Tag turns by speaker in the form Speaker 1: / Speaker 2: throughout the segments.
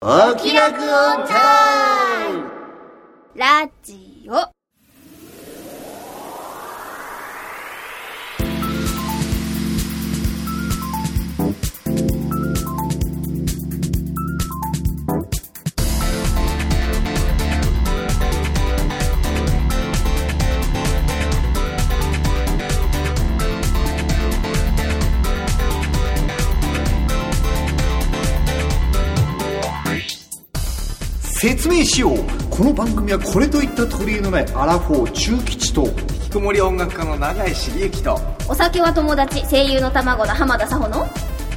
Speaker 1: お気楽オンタイム
Speaker 2: ラジオ。
Speaker 3: 説明しようこの番組はこれといった取り柄のないアラフォー中吉と
Speaker 4: ひきこもり音楽家の永井茂之と
Speaker 2: お酒は友達、声優の卵の浜田さほの。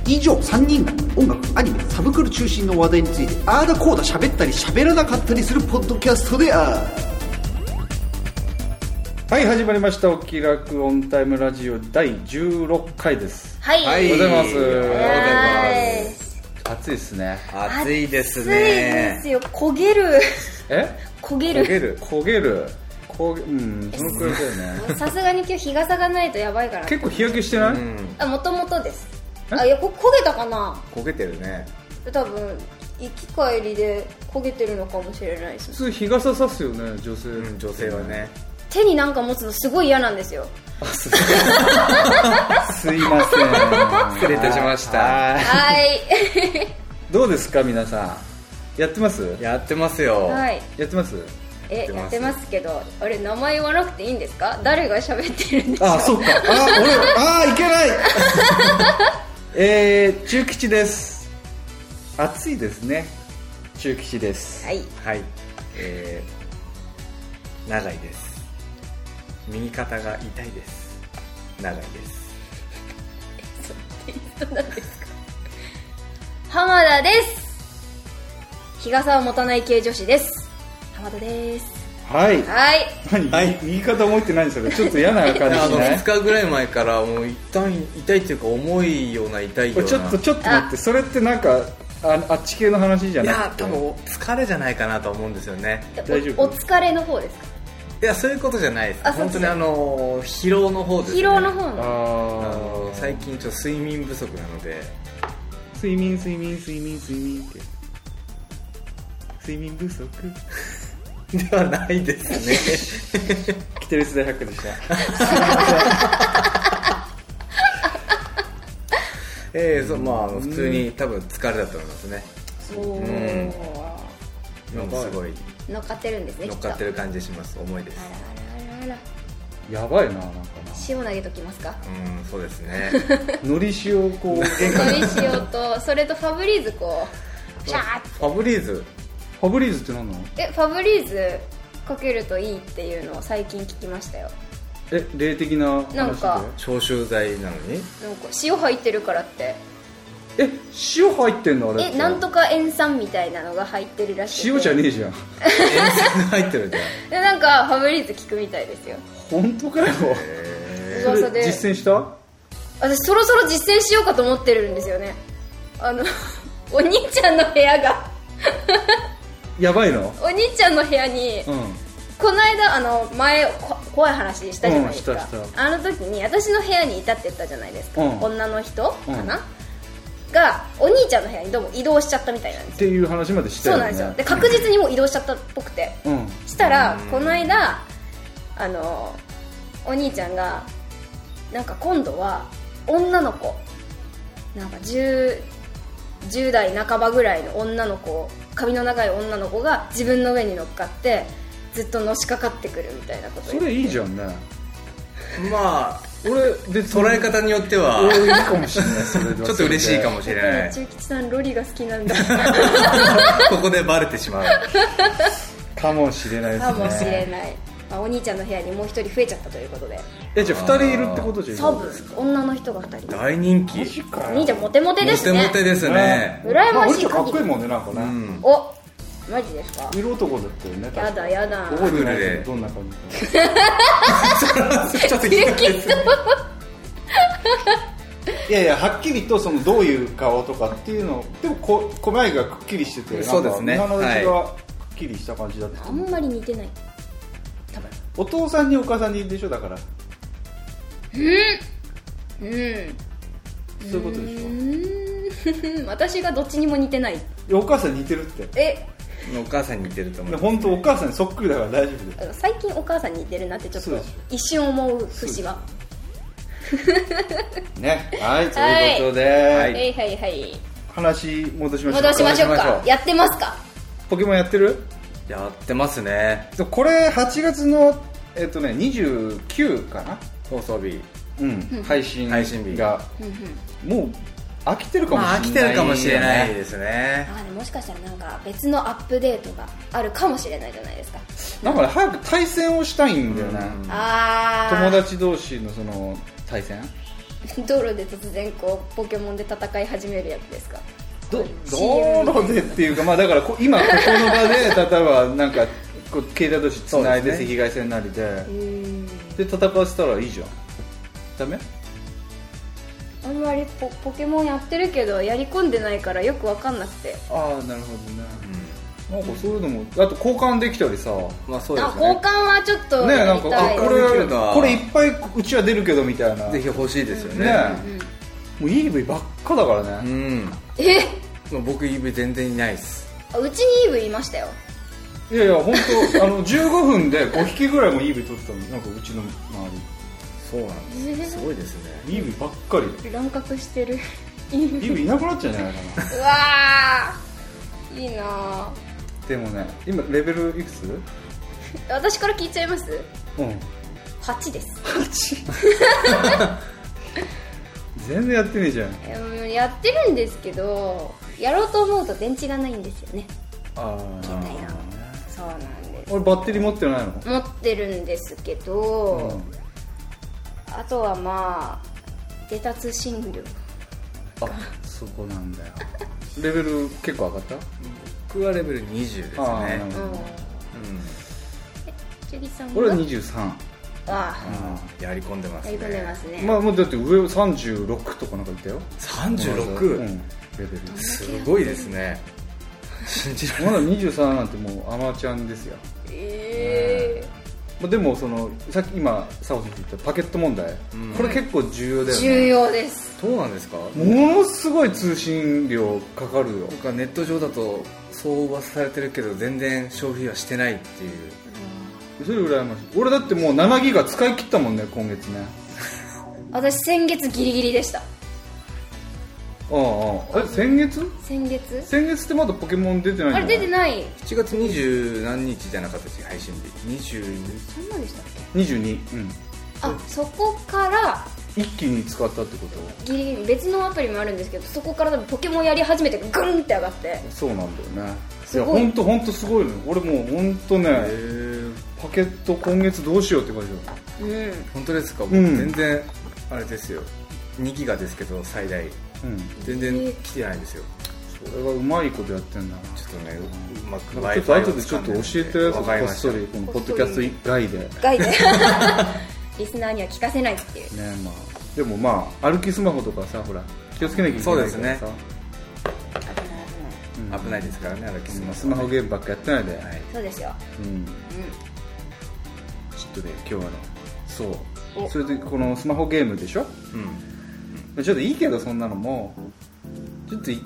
Speaker 3: 以上3人が音楽アニメサブクル中心の話題についてああだこうだ喋ったり喋らなかったりするポッドキャストである
Speaker 5: はい始まりました「お気楽オンタイムラジオ」第16回です
Speaker 2: はい。
Speaker 4: は
Speaker 5: おはようございます
Speaker 4: おはようございま
Speaker 5: 暑いですね
Speaker 4: す暑いです
Speaker 2: 暑いで
Speaker 4: ね
Speaker 2: すよ。焦げ る。
Speaker 5: え
Speaker 2: 焦げ
Speaker 4: 焦
Speaker 2: る。
Speaker 4: げ る
Speaker 5: 焦げる焦げうんそのくらいだよね
Speaker 2: さすがに今日日傘がないとやばいから。
Speaker 5: 結構日焼けしてない、
Speaker 4: うん
Speaker 2: あ、もともとです。
Speaker 5: え
Speaker 2: あ、いや、こ焦げたかな
Speaker 4: 焦げてるね
Speaker 2: 多分、行き帰りで焦げてるのかもしれないです
Speaker 5: 普。通日傘さすよね女性、
Speaker 4: うん女性はね
Speaker 2: 手になんか持つのすごい嫌なんですよ。
Speaker 5: すいません
Speaker 4: 失礼いたしました
Speaker 5: はい
Speaker 2: はい。
Speaker 5: どうですか皆さんやってます
Speaker 4: やってますよ
Speaker 2: はい。
Speaker 5: やってます
Speaker 2: え、や
Speaker 4: や
Speaker 2: っ
Speaker 4: ってて
Speaker 2: ま
Speaker 4: ます
Speaker 2: けど、あれ、名前言わなくていいんですか誰が喋ってるんですか
Speaker 5: あそっかあ俺ああいけ ないえー、中吉です暑いですね中吉です
Speaker 2: はい。
Speaker 4: はいえー永井です右肩が痛いです永井です
Speaker 2: 浜田です日傘を持たない系女子です浜田です
Speaker 5: はい
Speaker 2: はい
Speaker 5: 何、右肩覚えてないんですよちょっと嫌な感じ
Speaker 4: あ
Speaker 5: し
Speaker 4: の
Speaker 5: ない
Speaker 4: 2日ぐらい前からもう痛い痛いっていうか重いような痛いような
Speaker 5: ちょっとちょっと待っ
Speaker 2: あ
Speaker 5: てそれってなんかああっち系の話じゃ
Speaker 4: い
Speaker 5: な
Speaker 4: や
Speaker 5: くて
Speaker 4: 多分疲れじゃないかなと思うんですよね
Speaker 5: 大丈夫
Speaker 2: おお疲れの方ですか
Speaker 4: いやそういうことじゃないです
Speaker 2: あそう
Speaker 4: 本当にあの疲労の方です、ね、
Speaker 2: 疲労の方
Speaker 5: あ
Speaker 2: の
Speaker 4: あ
Speaker 5: ー
Speaker 4: の最近ちょっと睡眠不足なので
Speaker 5: 睡眠睡眠睡眠睡眠って睡眠不足
Speaker 4: ではな いですね
Speaker 5: キテレス大ハックでした
Speaker 4: ええそうまああの普通に多分疲れだと思いますね
Speaker 2: そう
Speaker 4: うんうんすごい
Speaker 2: 乗っかってるんですねき
Speaker 4: 乗
Speaker 2: っ
Speaker 4: っ
Speaker 2: と
Speaker 4: か
Speaker 2: あ
Speaker 4: ってる感じします重いです
Speaker 2: らあらあらあら
Speaker 5: やばいななんか
Speaker 2: 塩投げときますか
Speaker 4: うんそうですね
Speaker 5: なのり塩をこう玄
Speaker 2: そ
Speaker 5: 関
Speaker 2: れ
Speaker 5: に
Speaker 2: 塩とそれとファブリーズこうシャーッ
Speaker 4: ファブリーズ
Speaker 5: ファブリーズって何なの
Speaker 2: えファブリーズかけるといいっていうのを最近聞きましたよ
Speaker 5: え霊的な話で
Speaker 2: なんか
Speaker 4: 消臭剤なのに
Speaker 2: なんか塩入ってるからって
Speaker 5: え塩入ってんのあれっ
Speaker 2: え
Speaker 5: て
Speaker 2: なんとか塩酸みたいなのが入ってるらしい
Speaker 5: 塩じゃねえじゃん
Speaker 4: 塩酸が入ってるじゃん
Speaker 2: でなんかファブリーズ聞くみたいですよ
Speaker 5: 本当かよそ
Speaker 2: 噂
Speaker 5: れ
Speaker 2: で
Speaker 5: 実践した
Speaker 2: 私そろそろ実践しようかと思ってるんですよねあの お兄ちゃんの部屋が
Speaker 5: やばいの
Speaker 2: お兄ちゃんの部屋に、
Speaker 5: うん
Speaker 2: この間あの前こ怖い話したじゃないですか、
Speaker 5: うんしたし
Speaker 2: あの時に私の部屋にいたって言ったじゃないですか、
Speaker 5: うん
Speaker 2: 女の人かな、がお兄ちゃんの部屋にどうも移動しちゃったみたいなんで
Speaker 5: っ
Speaker 2: す
Speaker 5: ていう話までした
Speaker 2: そう
Speaker 5: よ
Speaker 2: なん
Speaker 5: ね
Speaker 2: ですよで確実にもう移動しちゃったっぽくて
Speaker 5: うん
Speaker 2: したらこの間あのお兄ちゃんがなんか今度は女の子なんか 10, 10代半ばぐらいの女の子髪の長い女の子が自分の上に乗っかってずっとのしかかってくるみたいなこと
Speaker 5: それいいじゃんね
Speaker 4: まあ
Speaker 5: 俺で
Speaker 4: 捉え方によっては
Speaker 5: 俺いいかもしれないそれでは
Speaker 4: ちょっと嬉しいかもしれな
Speaker 2: やっ
Speaker 4: い
Speaker 2: ぱり中吉さんロリが好きなんだ
Speaker 4: ここでバレてしまう
Speaker 5: かもしれないです
Speaker 2: か
Speaker 5: ね
Speaker 2: もしれ ない、まあ、お兄ちゃんの部屋にもう一人増えちゃったということで
Speaker 5: えじゃあ2人いるってことじゃん
Speaker 2: 多分女の人が2人
Speaker 4: 大人気
Speaker 5: マジか
Speaker 2: お
Speaker 5: よ
Speaker 2: 兄ちゃんモテモテですね
Speaker 4: モテモテですね
Speaker 2: 羨ましい限り
Speaker 5: あ俺ちょっとかっこいいもんねなんか
Speaker 4: う
Speaker 5: ね
Speaker 4: ん
Speaker 2: おマジですか
Speaker 5: 色男だったよね
Speaker 2: やだやだ
Speaker 5: 覚えてないけ
Speaker 4: フルで
Speaker 5: ど どんな感じか
Speaker 4: ちょっと聞かせて
Speaker 5: いやいやはっきりとそのどういう顔とかっていうのでもこ小眉毛がくっきりしててなんか
Speaker 4: そうですね
Speaker 5: 鼻の
Speaker 4: は
Speaker 5: 血
Speaker 4: い
Speaker 5: がくっきりした感じだった
Speaker 2: あんまり似てない多分
Speaker 5: お父さんにお母さんにいるでしょだから
Speaker 2: うん
Speaker 5: そういうことでしょ
Speaker 2: うーん 私がどっちにも似てない
Speaker 5: お母さん似てるって
Speaker 2: え
Speaker 4: お母さんに似てると思う
Speaker 5: 本当お母さんにそっくりだから大丈夫です
Speaker 2: 最近お母さんに似てるなってちょっ
Speaker 5: そう
Speaker 2: と
Speaker 5: でしょ
Speaker 2: 一瞬思う節が
Speaker 5: ねはいということで、
Speaker 4: は
Speaker 2: はいはいはい
Speaker 5: 話戻しましょう
Speaker 2: 戻しましょう
Speaker 4: 戻しまし
Speaker 2: か
Speaker 4: ょう
Speaker 2: やってますか
Speaker 5: ポケモンやってる
Speaker 4: やってますね
Speaker 5: そうこれ8月のえっとね29かな
Speaker 4: 放送日
Speaker 5: うん配信
Speaker 4: 配信日
Speaker 5: がもう飽きてるかもしれ
Speaker 4: ま
Speaker 5: な
Speaker 4: あ
Speaker 5: い
Speaker 4: 飽きてるかもしれない
Speaker 5: よね
Speaker 4: ですね
Speaker 2: あでもしかしたらなんか別のアップデートがあるかもしれないじゃないですか
Speaker 5: なんかね早く対戦をしたいんだよね
Speaker 2: ああ
Speaker 5: 友達同士のその対戦
Speaker 2: 道路で突然こうポケモンで戦い始めるやつですか
Speaker 5: ど
Speaker 2: CM
Speaker 5: 道路でっていうかまあだからこ今ここの場で例えばなんかこう携帯同士つないで
Speaker 4: そうですね
Speaker 5: 赤外線なりで
Speaker 2: うん
Speaker 5: で戦わせたらいいじゃんダメ
Speaker 2: あんまりポポケモンやってるけどやり込んでないからよくわかんなくて
Speaker 5: ああなるほどね、なんかそういうのもあと交換できたりさ
Speaker 4: まあそう
Speaker 2: あ
Speaker 4: です
Speaker 2: 交
Speaker 4: ね
Speaker 2: 換はちょっと
Speaker 5: ね
Speaker 2: や
Speaker 5: な
Speaker 2: り
Speaker 5: んか
Speaker 2: た
Speaker 5: あ
Speaker 2: い、
Speaker 5: こ
Speaker 4: でき
Speaker 5: れ
Speaker 4: るな
Speaker 5: これいっぱいうちは出るけどみたいな
Speaker 4: ぜひ欲しいですよね
Speaker 5: ねもう EV ばっかだから
Speaker 4: う
Speaker 5: ね
Speaker 4: ん
Speaker 2: え
Speaker 4: まあ僕指全然いないです
Speaker 2: あうちにイーブいましたよ
Speaker 5: いやいや本当あの15分で5匹ぐらいも EV 取ってたのなんかうちの周
Speaker 4: そうなんですすごいですね
Speaker 5: り EV ばっかり
Speaker 2: 乱獲してるイー
Speaker 5: EV いなくなっちゃうんじゃないかな
Speaker 2: ブうわーいいなあ
Speaker 5: でもね今レベルいくつうん
Speaker 2: 私から聞いちゃいます8です
Speaker 5: 全然やってねえじゃん
Speaker 2: うんやってるんですけどやろうと思うと電池がないんですよね
Speaker 5: ああ
Speaker 2: みたいなそうなんです
Speaker 5: 俺バッテリー持ってないの
Speaker 2: 持ってるんですけど、
Speaker 5: うん
Speaker 2: あとはまあデータ通信料
Speaker 5: あそこなんだよ レベル結構上がった
Speaker 4: 僕はレベル20です
Speaker 5: ああなるほ
Speaker 4: ね
Speaker 5: ど
Speaker 2: うん
Speaker 4: う
Speaker 2: チュリさん
Speaker 5: 俺は
Speaker 2: は
Speaker 5: 23
Speaker 2: あ
Speaker 4: んやり込んでま
Speaker 2: あ
Speaker 4: す
Speaker 2: やり込んでま
Speaker 4: ね
Speaker 2: すね、
Speaker 5: まあもうだって上36とかなんか言ったよう
Speaker 4: 36?
Speaker 5: んレベル
Speaker 4: すごいですね信じられ
Speaker 5: ま
Speaker 4: ない
Speaker 5: だ23なんてもうアマちゃんですよ
Speaker 2: え
Speaker 5: まあでもそのさっき今サオさんって言ったパケット問題、
Speaker 4: ん
Speaker 5: これ結構重要
Speaker 2: え
Speaker 5: だよ
Speaker 2: 重
Speaker 5: ね
Speaker 2: 要です
Speaker 4: そうなんですか
Speaker 5: ものすごい通信量かかるよ
Speaker 4: 僕はネット上だとそう噂されてるけど全然消費はしてないっていう
Speaker 5: それ羨ましい俺だってもう7ギガ使い切ったもんね今月ね
Speaker 2: 私先月ギリギリでした
Speaker 5: ああああえ先月
Speaker 2: 先月
Speaker 5: 先月ってまだポケモン出てないんじ
Speaker 2: あれ
Speaker 5: ゃな
Speaker 2: 出
Speaker 5: い
Speaker 2: てない
Speaker 4: 7月二十何日じゃなかったです配信日22
Speaker 2: そんなんでしたっけ
Speaker 5: 22うん
Speaker 2: あそこから
Speaker 5: 一気に使ったってこと
Speaker 2: ギリギリ別のアプリもあるんですけどそこから多分ポケモンやり始めてグンって上がって
Speaker 5: そうなんだよねい
Speaker 2: す
Speaker 5: や
Speaker 2: ごい
Speaker 5: 本当本当すごいのよ俺もう本当ねパケット今月どうしようって感じだ
Speaker 2: うん
Speaker 4: 本当ですか、僕
Speaker 5: ん
Speaker 4: 全然あれですよ2ギガですけど最大
Speaker 5: うん
Speaker 4: 全然来てないんですよ
Speaker 5: それはうまいことやってんだな
Speaker 4: ちょっとねううまく
Speaker 5: ちょっと後でちょっと教えてよ
Speaker 4: わかり
Speaker 5: こっ
Speaker 4: ました
Speaker 5: そりこのポッドキャスト外でね
Speaker 2: ガイ でリスナーには聞かせないっていう
Speaker 5: まあでもまあ歩きスマホとかさほら気をつけなきゃいけないからさ
Speaker 4: そう危ないですからね歩きスマ
Speaker 5: ス
Speaker 4: ホ
Speaker 5: マホゲームばっかやってないで、
Speaker 4: はい
Speaker 2: そうですよ
Speaker 5: うん、ちょっとね今日はねそうそれでこのスマホゲームでしょ
Speaker 4: うん
Speaker 5: ちょっといいけどそんなのもちょっとい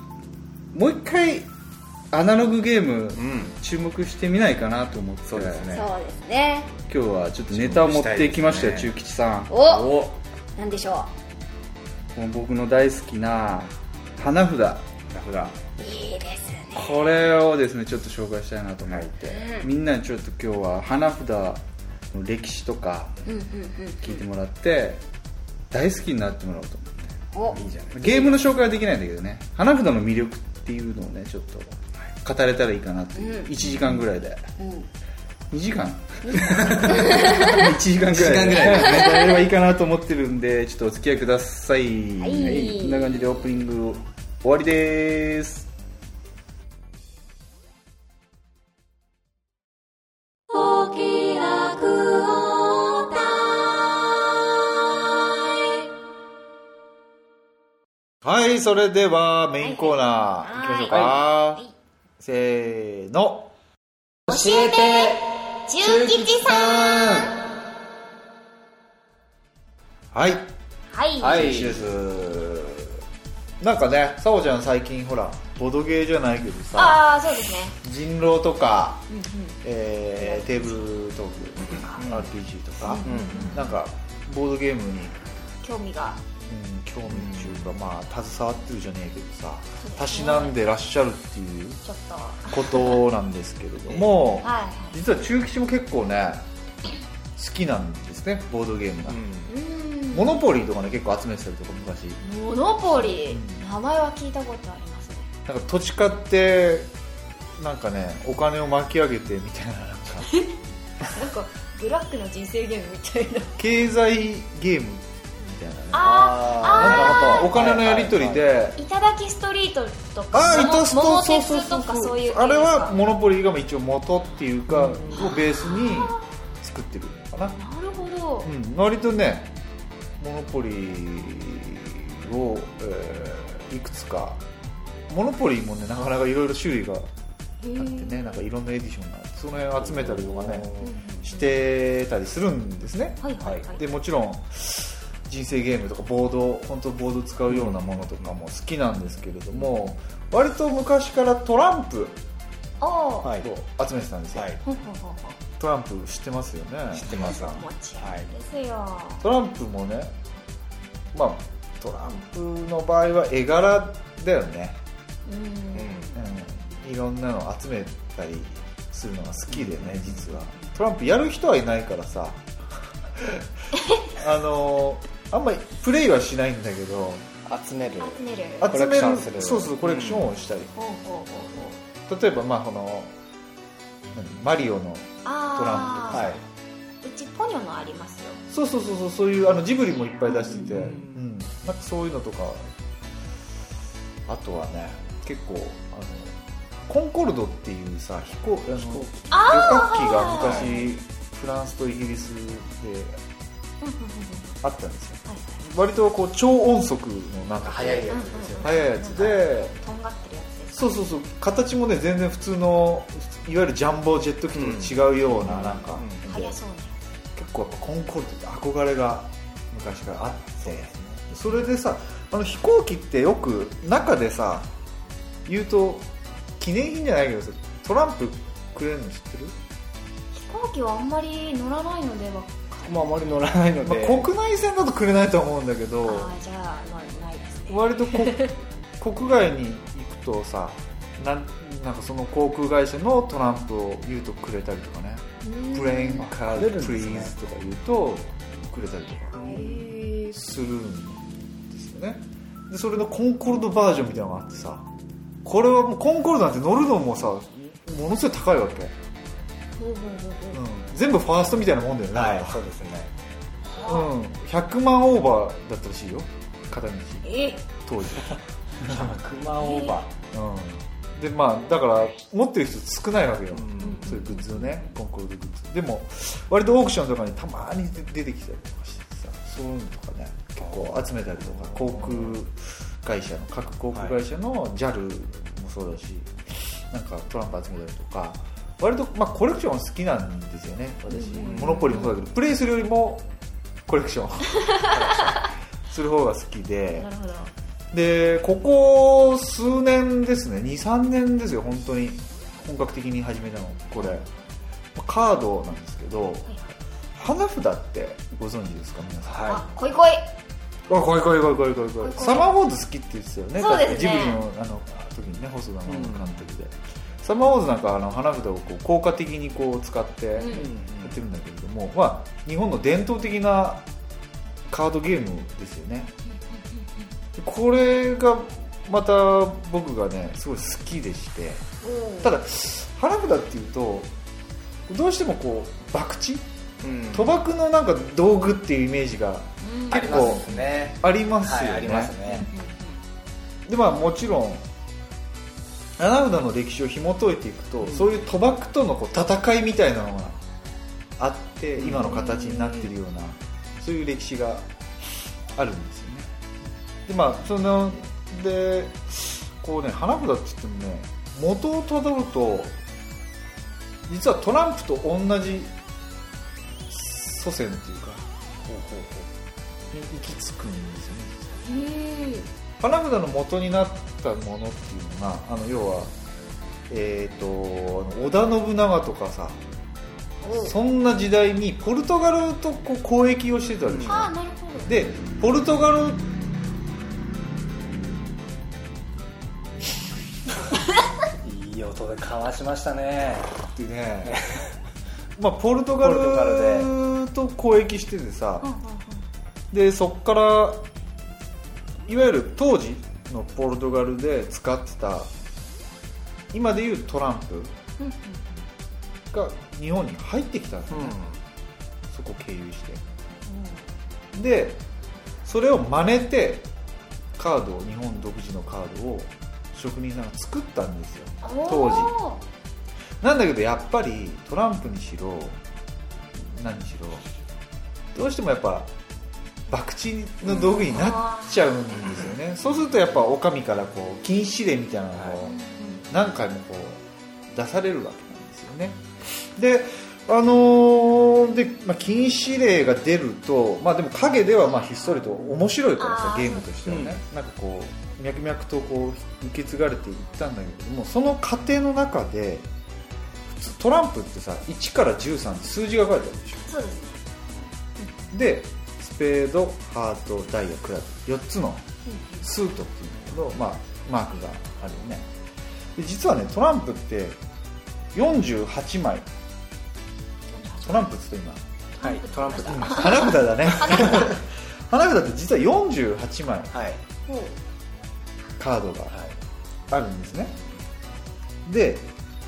Speaker 5: もう一回アナログゲーム
Speaker 4: うん
Speaker 5: 注目してみないかなと思って
Speaker 4: そうですね
Speaker 2: そうですね
Speaker 5: 今日はちょっとネタを持ってきましたよ
Speaker 4: 注
Speaker 5: 中吉さんこ
Speaker 2: お
Speaker 4: お
Speaker 2: なんでしょ
Speaker 5: の僕の大好きな花札
Speaker 4: 名札
Speaker 2: ういいですね
Speaker 5: これをですねちょっと紹介したいなと思って、
Speaker 2: はい
Speaker 5: みんなにちょっと今日は花札の歴史とか
Speaker 2: うんうん
Speaker 5: 聞いてもらって大好きになってもらおうと思って
Speaker 2: うんお
Speaker 4: いいじゃない
Speaker 5: ゲームの紹介はできないんだけどね花札の魅力っていうのをねちょっと語れたらいいかなって、
Speaker 2: うん
Speaker 5: 1時間ぐらいで
Speaker 2: うん
Speaker 5: 2時間1時間ぐらいでやればいいかなと思ってるんでちょっとお付き合いください、
Speaker 2: い
Speaker 5: こんな感じでオープニング終わりです
Speaker 6: はい、それではメインコーナー行きましょうか。
Speaker 2: いはい
Speaker 6: せーの。
Speaker 2: 中吉さん
Speaker 6: はい。
Speaker 2: はい、
Speaker 6: はい、です。
Speaker 5: なんかねさおちゃん最近ほらボドゲーじゃないけどさ
Speaker 2: ああそうですね
Speaker 5: 人狼とか、えーテーブルトークとか、RPG とか、なんかボードゲームに、うん、
Speaker 2: 興味が
Speaker 5: 興味っていうか、まあ携わってるじゃねえけどさたしなんでらっしゃるっていう
Speaker 2: ちょっとは
Speaker 5: ことなんですけれども、
Speaker 2: いは
Speaker 5: 実は中吉も結構ね好きなんですねボードゲームが、
Speaker 2: いうーん
Speaker 5: モノポリーとかね結構集めてたりとか昔
Speaker 2: モノポリ名前は聞いたことありますね
Speaker 5: なんか土地買ってなんかねお金を巻き上げてみたいななんか
Speaker 2: なんかブラックの人生ゲームみたいな
Speaker 5: 経済ゲームみたいなねなんか
Speaker 2: あ
Speaker 5: なんかお金のやり取りで
Speaker 2: ーいただきストリートとか
Speaker 5: ああ
Speaker 2: モノ
Speaker 5: いた
Speaker 2: モノ
Speaker 5: そう
Speaker 2: テ
Speaker 5: そう
Speaker 2: ス
Speaker 5: そ
Speaker 2: と
Speaker 5: う
Speaker 2: か
Speaker 5: そ
Speaker 2: そう
Speaker 5: う
Speaker 2: いう系ですか
Speaker 5: あれはモノポリーが一応元っていうかをベースに作ってるのかな
Speaker 2: なるほど
Speaker 5: うん、割とねモノポリーを、えーいくつかモノポリーもねなかなかいろいろ種類があってねなんかいろんなエディションがあってその辺集めたりとかねしてたりするんですね、
Speaker 2: はいはいはい
Speaker 5: でもちろん人生ゲームとかボード本当ボード使うようなものとかも好きなんですけれども割と昔からトランプ
Speaker 2: おお
Speaker 5: を集めてたんですよ、
Speaker 4: はい
Speaker 2: ほんほんほんほん
Speaker 5: トランプ知ってますよね
Speaker 4: 知ってますは
Speaker 2: もちろんですよ、
Speaker 5: トランプもねまあトランプの場合は絵柄だよね、
Speaker 2: うん
Speaker 5: うん、いろんなの集めたりするのが好きでね実はトランプやる人はいないか らさあのあんまりプレイはしないんだけど
Speaker 1: 集める
Speaker 2: 集める
Speaker 1: あ
Speaker 5: 集
Speaker 1: コレク
Speaker 5: め
Speaker 1: ショ
Speaker 5: る
Speaker 1: ンする
Speaker 5: そうそうコレクションをしたり、
Speaker 2: ほうほうほうほう
Speaker 5: 例えばまあこの何マリオのトラ
Speaker 2: あ
Speaker 5: ン
Speaker 2: あ、
Speaker 5: プ、
Speaker 2: い、うちポニョのありますよ
Speaker 5: そうそうそうそうそういうあのジブリもいっぱい出してて、
Speaker 7: う
Speaker 5: うんんなんかそういうのとかあとはね結構あのコンコルドっていうさ飛行あの旅客機が昔、フランスとイギリスであったんですよ
Speaker 2: はい
Speaker 5: 割とこう超音速のなんか
Speaker 1: 早いやつですよね
Speaker 5: 速いやつで
Speaker 2: とんがってるやつです
Speaker 5: そうそうそう形もね全然普通のいわゆるジャンボジェット機と違うような、なんか、
Speaker 2: か
Speaker 5: で
Speaker 2: 早そうね
Speaker 5: 結構やっぱコンコルドって憧れが昔からあってそれでさあの飛行機ってよく中でさ言うと記念品じゃないけどさトランプくれるの知ってる、
Speaker 2: 飛行機はあんまり乗らないのでは
Speaker 1: まああまり乗らないの
Speaker 5: ま
Speaker 1: で、
Speaker 5: あ国内線だとくれないと思うんだけど
Speaker 2: ああじゃあまあないですね
Speaker 5: 割とこ国外に行くとさなんなんかその航空会社のトランプを言うとくれたりとかね「プレインカード
Speaker 1: くれるん
Speaker 5: プリ
Speaker 1: ですね
Speaker 5: ーズ」とか言うとくれたりとか
Speaker 2: へえ
Speaker 5: するんですよねでそれのコンコルドバージョンみたいなのがあってさこれはもうコンコルドなんて乗るのもさものすごい高いわけ、う、
Speaker 2: ほうほうほうほうん
Speaker 5: 全部ファーストみたいなもんだよね、
Speaker 1: はいそうですね
Speaker 5: うん、100万オーバーだったらしいよ片道
Speaker 2: え
Speaker 5: 当時、
Speaker 1: 100万オーバ
Speaker 5: うん、でまあだから持ってる人少ないわけよ、そういうグッズをねコンコルドグッズでも割とオークションとかにたまに出てきたりとかしてさそういうのとかね結構集めたりとか航空会社の各航空会社の JAL もそうだしなんかトランプ集めたりとか割と、まあ、コレクション好きなんですよね私モノポリもそうだけどプレイするよりもコレクシ ョンコレクションする方が好きで
Speaker 2: なるほど
Speaker 5: でここ数年ですね23年ですよ本当に本格的に始めたのこれカードなんですけど花札ってご存知ですか皆さん
Speaker 1: ーは
Speaker 2: あこいこい
Speaker 5: あこれこれこれこれこれこ
Speaker 2: これ
Speaker 5: れ
Speaker 2: これ
Speaker 5: サマーウォーズ好きって言ってたよね
Speaker 2: そうですね
Speaker 5: ジブリのあの時にね細田守監督で、サマーウォーズなんかあの花札をこう効果的にこう使ってやっ
Speaker 2: うん
Speaker 1: い、
Speaker 5: てるんだけれども、まあ、日本の伝統的なカードゲームですよねでこれがまた僕がねすごい好きでしてただ花札っていうとどうしてもこう博打
Speaker 1: うん
Speaker 5: 賭博のなんか道具っていうイメージが
Speaker 2: うん
Speaker 1: ありますね
Speaker 5: あります
Speaker 1: は
Speaker 5: よ
Speaker 1: いあり
Speaker 5: ね、
Speaker 1: ますね
Speaker 5: でまあもちろん花札の歴史を紐解いていくと、そういう賭博とのこう戦いみたいなのがあって、今の形になってるようなそういう歴史があるんですよねでまあそのでこうね花札って言ってもね元をたどると実はトランプと同じ祖先っていうかに行き着くんですよ
Speaker 2: へ
Speaker 5: ね
Speaker 2: え
Speaker 5: 花札の元になったものっていうのがあの要はえっ、とあの織田信長とかさそんな時代にポルトガルとこう交易をしてたでしょ、
Speaker 8: ああなるほど
Speaker 5: でポルトガル
Speaker 1: いい音でかわしましたね
Speaker 5: ってねまあポルトガル
Speaker 1: ポルトガ
Speaker 5: と交易しててさ、
Speaker 8: うんうんうん
Speaker 5: でそこからいわゆる当時のポルトガルで使ってた今でいうトランプ
Speaker 8: うんうん
Speaker 5: が日本に入ってきたんですよね、そこ経由して、でそれを真似てカードを日本独自のカードを職人さんが作ったんですよ当時
Speaker 8: おー
Speaker 5: なんだけどやっぱりトランプにしろ何にしろどうしてもやっぱ博打の道具になっちゃうんですよね、そうするとやっぱ女将からこう禁止令みたいなのを何回もこう出されるわけなんですよねであのーで、まあ、禁止令が出るとまあでも影ではまあひっそりと面白いからさ
Speaker 8: あー
Speaker 5: ゲームとしてはね、なんかこう脈々とこう受け継がれていったんだけどもその過程の中で普通トランプってさ1から13って数字が書いてあるでしょ
Speaker 8: そうですね
Speaker 5: でスペードハートダイヤクラブ4つのスートっていうんだけど、まあ、マークがあるよねで実はねトランプって48枚トランプっつって今
Speaker 1: はいトランプだ
Speaker 5: 花札だね花札って実は48枚
Speaker 1: はい
Speaker 5: カードがあるんですね、で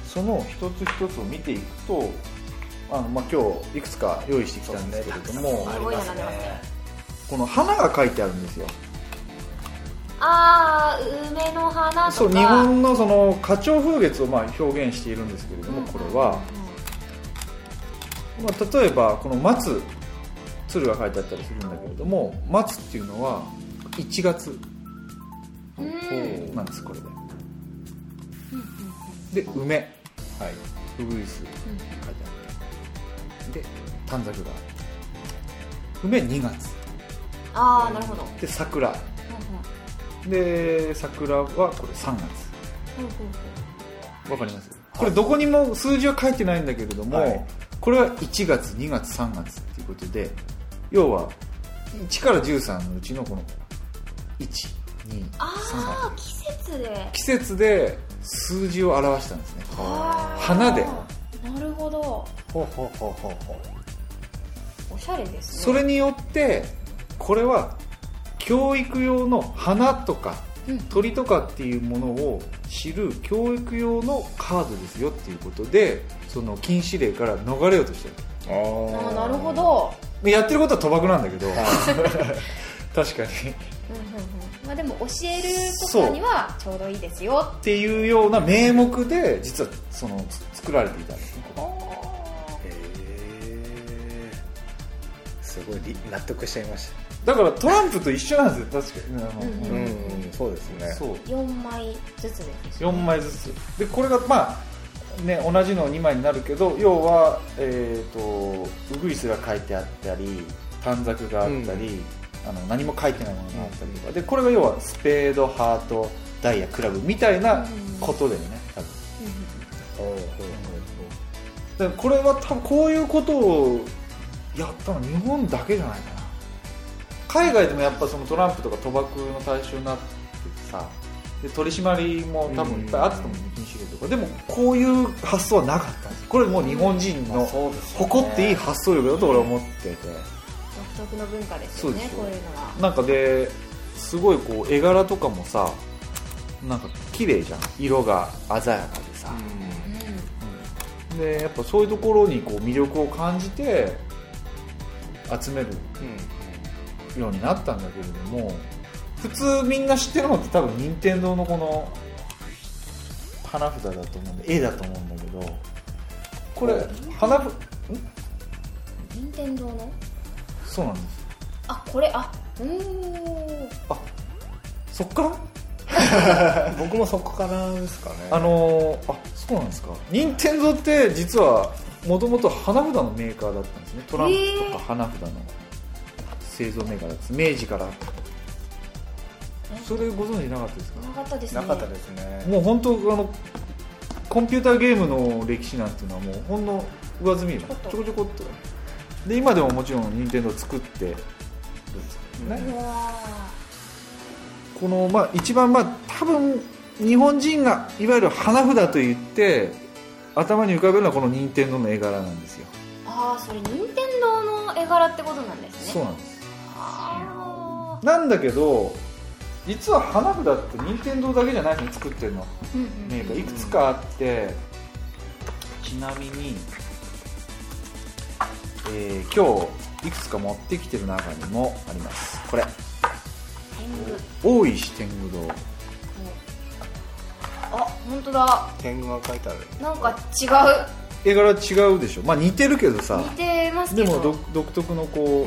Speaker 5: その一つ一つを見ていくとあの、まあ、今日いくつか用意してきたんですけれども、
Speaker 1: あり
Speaker 8: ごい
Speaker 1: ま
Speaker 8: の
Speaker 1: す
Speaker 8: が出ます
Speaker 1: ね
Speaker 5: この花が書いてあるんですよ
Speaker 8: ああ梅の花とか
Speaker 5: そう日本のその花鳥風月をまあ表現しているんですけれども、これは、まあ、例えばこの松鶴が書いてあったりするんだけれども松っていうのは1月なんですこれでで梅はいウグイス書いてあってで短冊が梅2月
Speaker 8: ああなるほど
Speaker 5: で桜
Speaker 8: うんうん
Speaker 5: で桜はこれ3月
Speaker 8: ほうほうほ
Speaker 5: わかりますこれどこにも数字は書いてないんだけれども、
Speaker 1: はい
Speaker 5: これは1月2月3月っていうことで要は1から13のうちのこの123
Speaker 8: ああ季節で
Speaker 5: 季節で数字を表したんですね
Speaker 8: あー
Speaker 5: 花で
Speaker 8: なるほど
Speaker 1: ほうほうほうほうほう
Speaker 8: おしゃれですね
Speaker 5: それによってこれは教育用の花とか
Speaker 8: うん
Speaker 5: 鳥とかっていうものを知る教育用のカードですよっていうことでその禁止令から逃れようとしてる
Speaker 8: あーなるほど
Speaker 5: やってることは賭博なんだけど 確かに
Speaker 8: うんうんうんまあでも教えることにはちょうどいいですよ
Speaker 5: っていうような名目で実はそのつ作られていたんですねこ
Speaker 4: えー、すごいり納得しちゃいまし
Speaker 5: こだからトランプと一緒なんですよ確かに、
Speaker 8: うん
Speaker 4: た
Speaker 8: うん
Speaker 4: うんそうですね
Speaker 5: そう
Speaker 8: 4枚ずつです
Speaker 5: 4枚ずつでこれがまあね同じの2枚になるけど要はえっ、とウグイスが書いてあったり短冊があったり、あの何も書いてないものがあったりとかでこれが要はスペードハートダイヤクラブみたいなことだよね多分
Speaker 4: ほうほう
Speaker 5: だからこれは多分こういうことをやったの日本だけじゃないかな海外でもやっぱそのトランプとか賭博の対象になっててさで取り締まりも多分いっぱいあったと思う禁止令とかでもこういう発想はなかったんですこれもう日本人の誇っていい発想力だと俺は思ってて
Speaker 8: 独特の文化ですよ
Speaker 5: そう
Speaker 8: ね
Speaker 5: ですよ
Speaker 8: こういうのは
Speaker 5: なんかですごいこう絵柄とかもさなんか綺麗じゃん色が鮮やかでさ、でやっぱそういうところにこう魅力を感じて集めるようになったんだけれども普通みんな知ってるのって多分任天堂のこの花札だと思うんで絵だと思うんだけどこれ花札ん
Speaker 8: 任天堂の
Speaker 5: そうなんです
Speaker 8: あこれあうーん
Speaker 5: そっから
Speaker 1: 僕もそこからですかね
Speaker 5: あのーあそうなんですか任天堂って実はもともと花札のメーカーだったんですねトランプとか花札の製造メーカーだったんです明治からそれご存知なかったですか
Speaker 8: なかったですね
Speaker 9: なかったですね
Speaker 5: もう本当あのコンピューターゲームの歴史なんていうのはもうほんの上積みのちょこちょこっとで今でももちろん任天堂作ってるんですけどね、
Speaker 8: うわ
Speaker 5: このまあ一番まあ多分日本人がいわゆる花札と言って頭に浮かべるのはこの任天堂の絵柄なんですよ
Speaker 8: ーああそれ任天堂の絵柄ってことなんですね
Speaker 5: そうなんです
Speaker 8: あ
Speaker 5: なんだけど実は花札って任天堂だけじゃないですね作ってるの
Speaker 8: ーうんうん
Speaker 5: メーカーいくつかあってちなみに、えー今日いくつか持ってきてる中にもありますこれ
Speaker 8: 天狗
Speaker 5: 大石天狗堂
Speaker 8: あ本当だ
Speaker 9: 天狗が書いてある
Speaker 8: なんか違
Speaker 5: 絵柄違うでしょまあ似てるけど
Speaker 8: う
Speaker 5: さ
Speaker 8: 似てますけ
Speaker 5: で
Speaker 8: ど
Speaker 5: も独独特のこ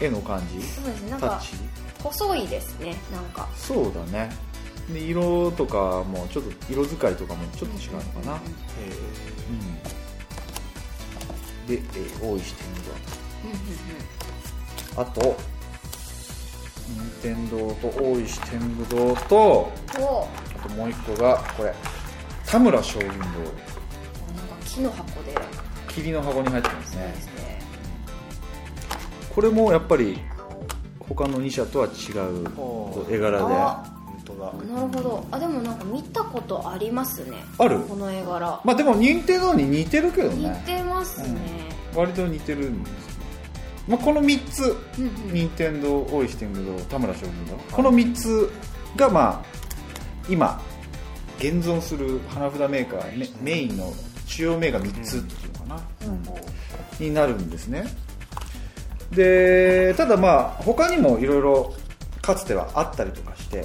Speaker 5: う絵の感じ
Speaker 8: そうですねなん
Speaker 5: タ
Speaker 8: か
Speaker 5: ッチ
Speaker 8: 細いですねなんか
Speaker 5: そうだねで色とかもちょっと色使いとかもちょっと違うのかな、うんで、えー大石天狗堂あと任天堂と大石天狗堂と
Speaker 8: お
Speaker 5: あともう一個がこれ田村将軍堂
Speaker 8: なんか木の箱で
Speaker 5: 霧の箱に入ってますね
Speaker 8: ですね
Speaker 5: これもやっぱり他の2社とは違うこう絵柄で
Speaker 8: あ
Speaker 5: あ
Speaker 9: 本当だ
Speaker 8: なるほどあでもなんか見たことありますね
Speaker 5: る
Speaker 8: この絵柄
Speaker 5: まあでも任天堂に似てるけど
Speaker 8: 似
Speaker 5: ね
Speaker 8: てますね、
Speaker 5: 割と似てるんですよまあ、この3つ
Speaker 8: うんうん
Speaker 5: 任天堂大石天狗堂田村将軍堂この3つがまあ今現存する花札メーカーメメインの主要メーカー3つっていうのかな、になるんですねでただまあ他にもいろいろかつてはあったりとかして、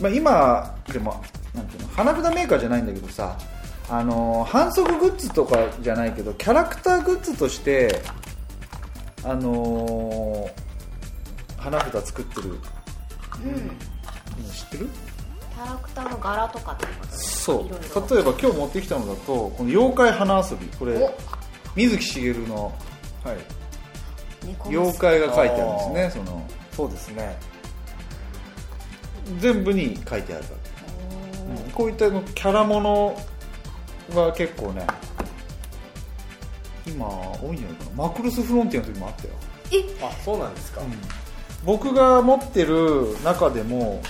Speaker 5: まあ、今でもなんていうの花札メーカーじゃないんだけどさあの反則グッズとかじゃないけどキャラクターグッズとしてあのー花札作ってる、知ってる
Speaker 8: キャラクターの柄とかってことです
Speaker 5: そう
Speaker 8: いろいろ
Speaker 5: 例えば今日持ってきたのだとこの妖怪花遊びこれ
Speaker 8: お
Speaker 5: 水木しげるの
Speaker 9: はい
Speaker 8: 猫
Speaker 5: 妖怪が書いてあるんですねその
Speaker 9: そうですね
Speaker 5: 全部に書いてあるわけ、うんこういったのキャラものが結構ね今多いんじゃないかなマクロスフロンティアの時もあったよ
Speaker 9: あそうなんですか、
Speaker 5: 僕が持ってる中でも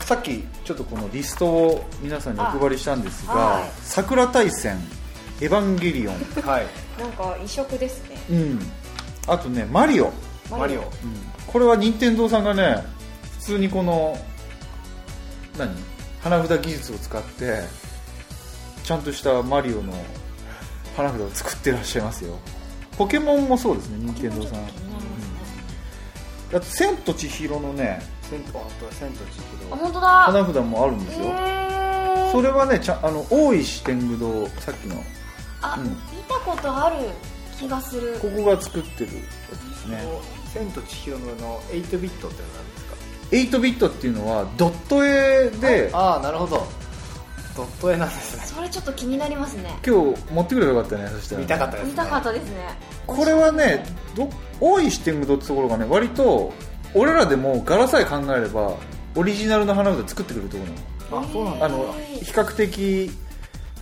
Speaker 5: さっきちょっとこのリストを皆さんにお配りしたんですが「
Speaker 8: あはい
Speaker 5: 桜大戦」「エヴァンゲリオン
Speaker 9: はい
Speaker 8: なんか異色ですね」
Speaker 5: うんあとね「マリオ」
Speaker 9: マリオ
Speaker 5: これは任天堂さんがね普通にこの何花札技術を使ってちゃんとしたマリオの花札を作ってらっしゃいますよポケモンもそうですね任天堂さんあと「千と千尋」のね
Speaker 9: 千とあとは千と千尋
Speaker 8: あ本当だ
Speaker 5: 花札もあるんです
Speaker 8: へ
Speaker 5: よ
Speaker 8: え
Speaker 5: それはねちゃんあの大石天狗堂さっきの
Speaker 8: あ、
Speaker 5: うん
Speaker 8: 見たことある気がする
Speaker 5: ここが作ってるやつですね
Speaker 9: 千と千尋の8ビットってのは何ですか
Speaker 5: 8ビットっていうのはドット絵で
Speaker 9: ああなるほどドット絵なんですね
Speaker 8: それちょっと気になりますね
Speaker 5: 今日持ってくればよかったねそしたらね
Speaker 9: 見たかったですね
Speaker 8: 見たかったですね
Speaker 5: これはねど大石天狗堂ってところがね割と俺らでも柄さえ考えればオリジナルの花札作ってくれるところなの
Speaker 9: あそうなん
Speaker 5: あ
Speaker 9: だ
Speaker 5: の比較的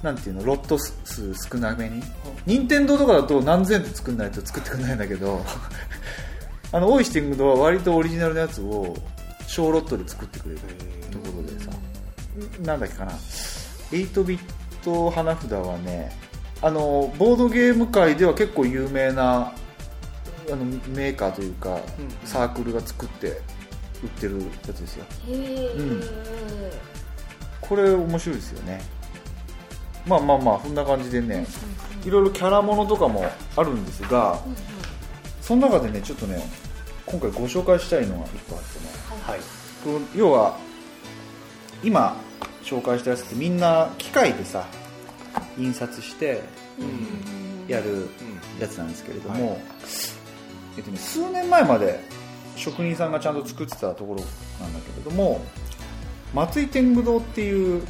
Speaker 5: なんていうのロット数少なめに任天堂とかだと何千って作んないと作ってくれないんだけど あの大石天狗堂は割とオリジナルのやつを小ロットで作ってくれるところでさんなんだっけかな8ビット花札はねあのボードゲーム界では結構有名なあのメーカーというか、サークルが作って売ってるやつですよ
Speaker 8: へえ、
Speaker 5: うんこれ面白いですよねまあまあまあこんな感じでねいろいろキャラものとかもあるんですがその中でねちょっとね今回ご紹介したいのが1個あってね
Speaker 9: はい
Speaker 5: こう要は今紹介したやつってみんな機械でさ印刷して
Speaker 9: うん
Speaker 5: やるやつなんですけれども、えっとね、数年前まで職人さんがちゃんと作ってたところなんだけれども松井天狗堂っていう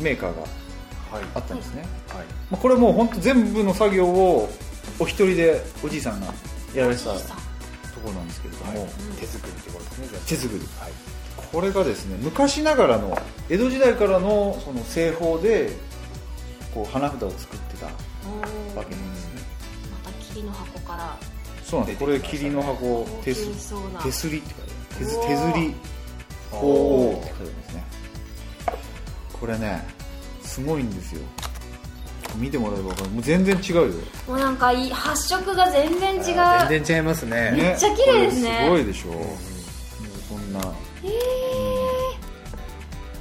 Speaker 5: メーカーが
Speaker 9: はい
Speaker 5: あったんですね、
Speaker 9: はい
Speaker 5: まあ、これもう本当全部の作業をお一人でおじいさんがやられてたところなんですけれども、
Speaker 9: 手作りってことですねじゃ
Speaker 5: 手作り、これがですね昔ながらの江戸時代からのその製法でこう花札を作ってたわ
Speaker 8: おー
Speaker 5: けなんですね
Speaker 8: また霧の箱から
Speaker 5: そうなんですこれ霧の箱手
Speaker 8: 大
Speaker 5: す
Speaker 8: きそうな
Speaker 5: 手すりって書いてある手
Speaker 8: うわ
Speaker 5: す
Speaker 8: ー
Speaker 5: 手すり鳳凰って書いてあるんですねこれねすごいんですよ見てもらえば分かるもう全然違うよ
Speaker 2: もうなんかいい発色が全然違う
Speaker 4: 全然違いますね
Speaker 5: め
Speaker 2: っちゃ綺麗ですね
Speaker 5: すごいでしょ、もうそんなうん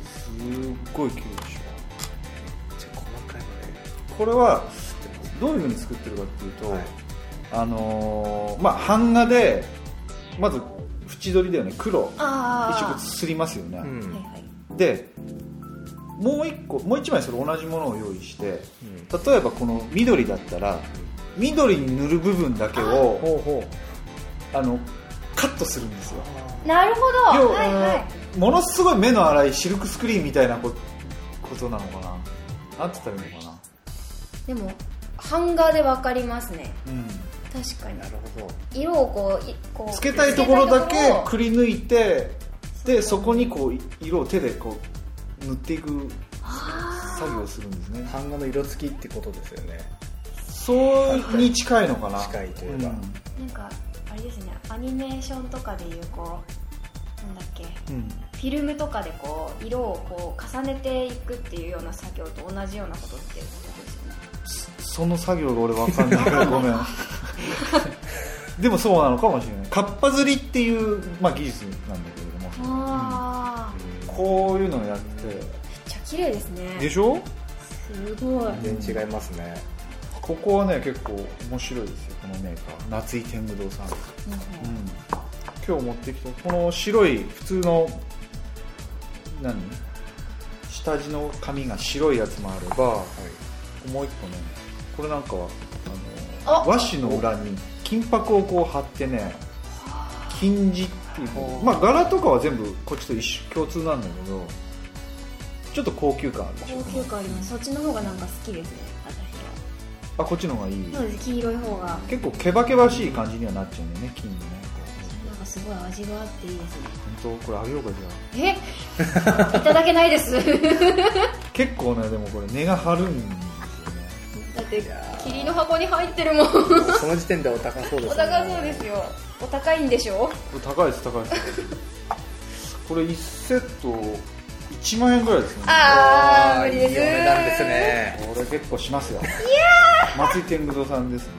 Speaker 5: すっごい綺麗でしょこれはどういうふうに作ってるかっていうと、あのーまあ版画でまず縁取りだよね黒
Speaker 8: あ
Speaker 5: 一色
Speaker 8: あ
Speaker 5: すりますよね、
Speaker 4: うんうん
Speaker 8: はいはい
Speaker 5: でもう一個もう一枚それ同じものを用意して例えばこの緑だったら緑に塗る部分だけを
Speaker 4: ほうほ
Speaker 5: あのカットするんですよ
Speaker 8: なるほど
Speaker 5: 要
Speaker 8: はいはい
Speaker 5: ものすごい目の粗いシルクスクリーンみたいなこことなのかななんて言ったらいいのかな
Speaker 2: でも版画で分かりますね
Speaker 5: うん
Speaker 2: 確かに
Speaker 5: なるほど
Speaker 2: 色をこういこう
Speaker 5: つけたいところだけ
Speaker 2: つけたいところを
Speaker 5: くり抜いてでそこにこう色を手でこう塗っていく作業をするんですね
Speaker 4: 版画の色付きってことですよね
Speaker 5: そうに近いのかな
Speaker 4: 近いといえば
Speaker 8: なんかあれですねアニメーションとかでいうこうなんだっけ
Speaker 5: うんうん
Speaker 8: フィルムとかでこう色をこう重ねていくっていうような作業と同じようなことっていうことですよね
Speaker 5: その作業が俺わかんないからご めんでもそうなのかもしれないかっぱ釣りっていう、まあ、技術なんだけれども
Speaker 8: ああ、
Speaker 5: こういうのをやって
Speaker 8: めっちゃ綺麗ですね
Speaker 5: でしょ
Speaker 2: すごい
Speaker 4: 全然違いますね
Speaker 5: ここはね結構面白いですよこのメーカー夏井天狗堂さん、うん今日持ってきたこの白い普通の何下地の紙が白いやつもあれば、もう一個ねこれなんかはあの和紙の裏に金箔をこう貼ってね金地っていうのまあ柄とかは全部こっちと一緒共通なんだけどちょっと高級感あるでしょ
Speaker 8: 高級感ありますそっちの方がなんか好きですね私
Speaker 5: あこっちの方がいい、
Speaker 8: はそうです黄色い方がな
Speaker 5: 結構ケバケバしい感じにはなっちゃうんだよね金のね
Speaker 8: んかすごい味があっていいですね
Speaker 5: 本当これあげようかじゃ
Speaker 8: え いただけないですだっ
Speaker 5: あ結構ねでもこれ値が張るんですよね
Speaker 8: て霧の箱に入ってるもんお
Speaker 4: その時点でお高そうですね
Speaker 8: 高そうですよお高いんでしょ
Speaker 5: これ高いです高いですこれ1セット1万円ぐらいですね
Speaker 8: ああ無理です
Speaker 4: いいお値段ですね
Speaker 5: これ結構しますよ松井天狗堂さんですね、う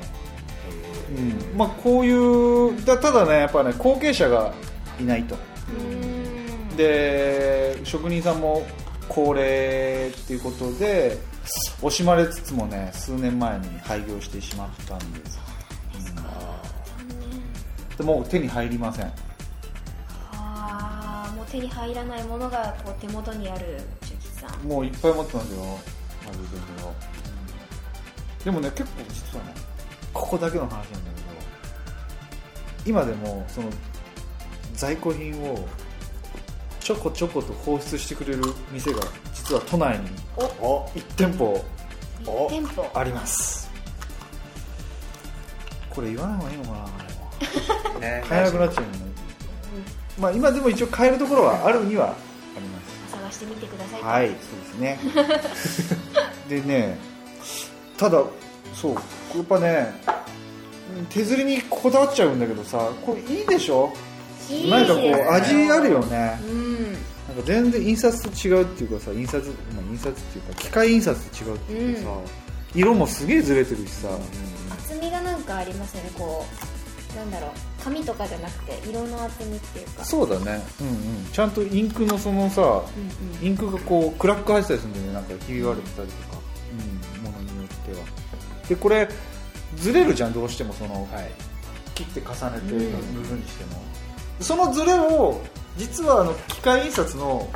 Speaker 5: んまあ、こういうだただねやっぱね後継者がいないとで職人さんも高齢っていうことで惜しまれつつもね数年前に廃業してしまったんですうんでもう手に入りません
Speaker 8: ああもう手に入らないものがこう手元にある中吉さん
Speaker 5: もういっぱい持ってますよ、マグロのでもね、結構実はね、ここだけの話なんだけど、今でもその在庫品をちょこちょこと放出してくれる店が、実は都内に1店舗
Speaker 4: お
Speaker 8: 店舗
Speaker 5: あります。これ言わない方がいいのかな、
Speaker 4: ね
Speaker 5: 買えなくなっちゃうよね。まあ、今でも一応買えるところはあるにはあります。
Speaker 8: 探してみてください
Speaker 5: はい、そう ですね。でね、ただ、そう、やっぱね、うん手釣りにこだわっちゃうんだけどさ、これいいでしょ
Speaker 8: い
Speaker 5: なんかこ
Speaker 8: いいです
Speaker 5: う、味あるよね。
Speaker 2: うん
Speaker 5: なんか全然印刷と違うっていうかさ、印刷、まあ、印刷っていうか、機械印刷と違うっていうかさ、色もすげえずれてるしさ、
Speaker 8: 厚みがなんかありますよねこうなんだろう紙とかじゃなくて色の厚みっていうか
Speaker 5: そうだね。うんうん。ちゃんとインクのそのさ、インクがこうクラック入ってたりするんだよねなんかひび割れてたりとか、うん、ものによってはでこれずれるじゃんどうしてもその、切って重ねて塗るにしても、そのずれを実はあの機械印刷の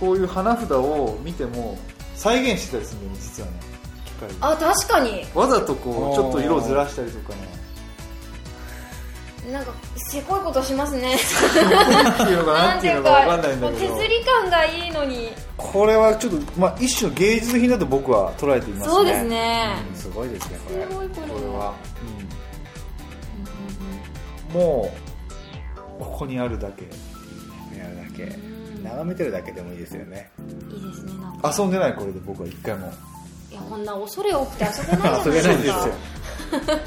Speaker 5: こういう花札を見ても再現してたりするんだよね実はね機械で
Speaker 2: あ確かに
Speaker 5: わざとこうちょっと色をずらしたりとかね
Speaker 2: なんかせこいことしますね
Speaker 5: っていうのかな
Speaker 2: なん
Speaker 5: っ
Speaker 2: て
Speaker 5: ていう
Speaker 2: い
Speaker 5: の
Speaker 2: う
Speaker 5: が
Speaker 2: か
Speaker 5: わかんないんだけ
Speaker 2: も
Speaker 5: ど
Speaker 2: う手すり感がいいのに
Speaker 5: これはちょっと、まあ、一種の芸術品だと僕は捉えていますね
Speaker 2: そうですね
Speaker 4: すごいですねこれ
Speaker 2: すごいこれは
Speaker 5: もうここにあるだけ
Speaker 4: いやだけ
Speaker 1: け眺めてるだけでもいいですよね
Speaker 2: いいですねなんか
Speaker 5: 遊んでないこれで僕は一回も
Speaker 2: いやこんな恐れ多くて遊 べないじゃないです
Speaker 5: 遊べないです
Speaker 2: か
Speaker 5: よ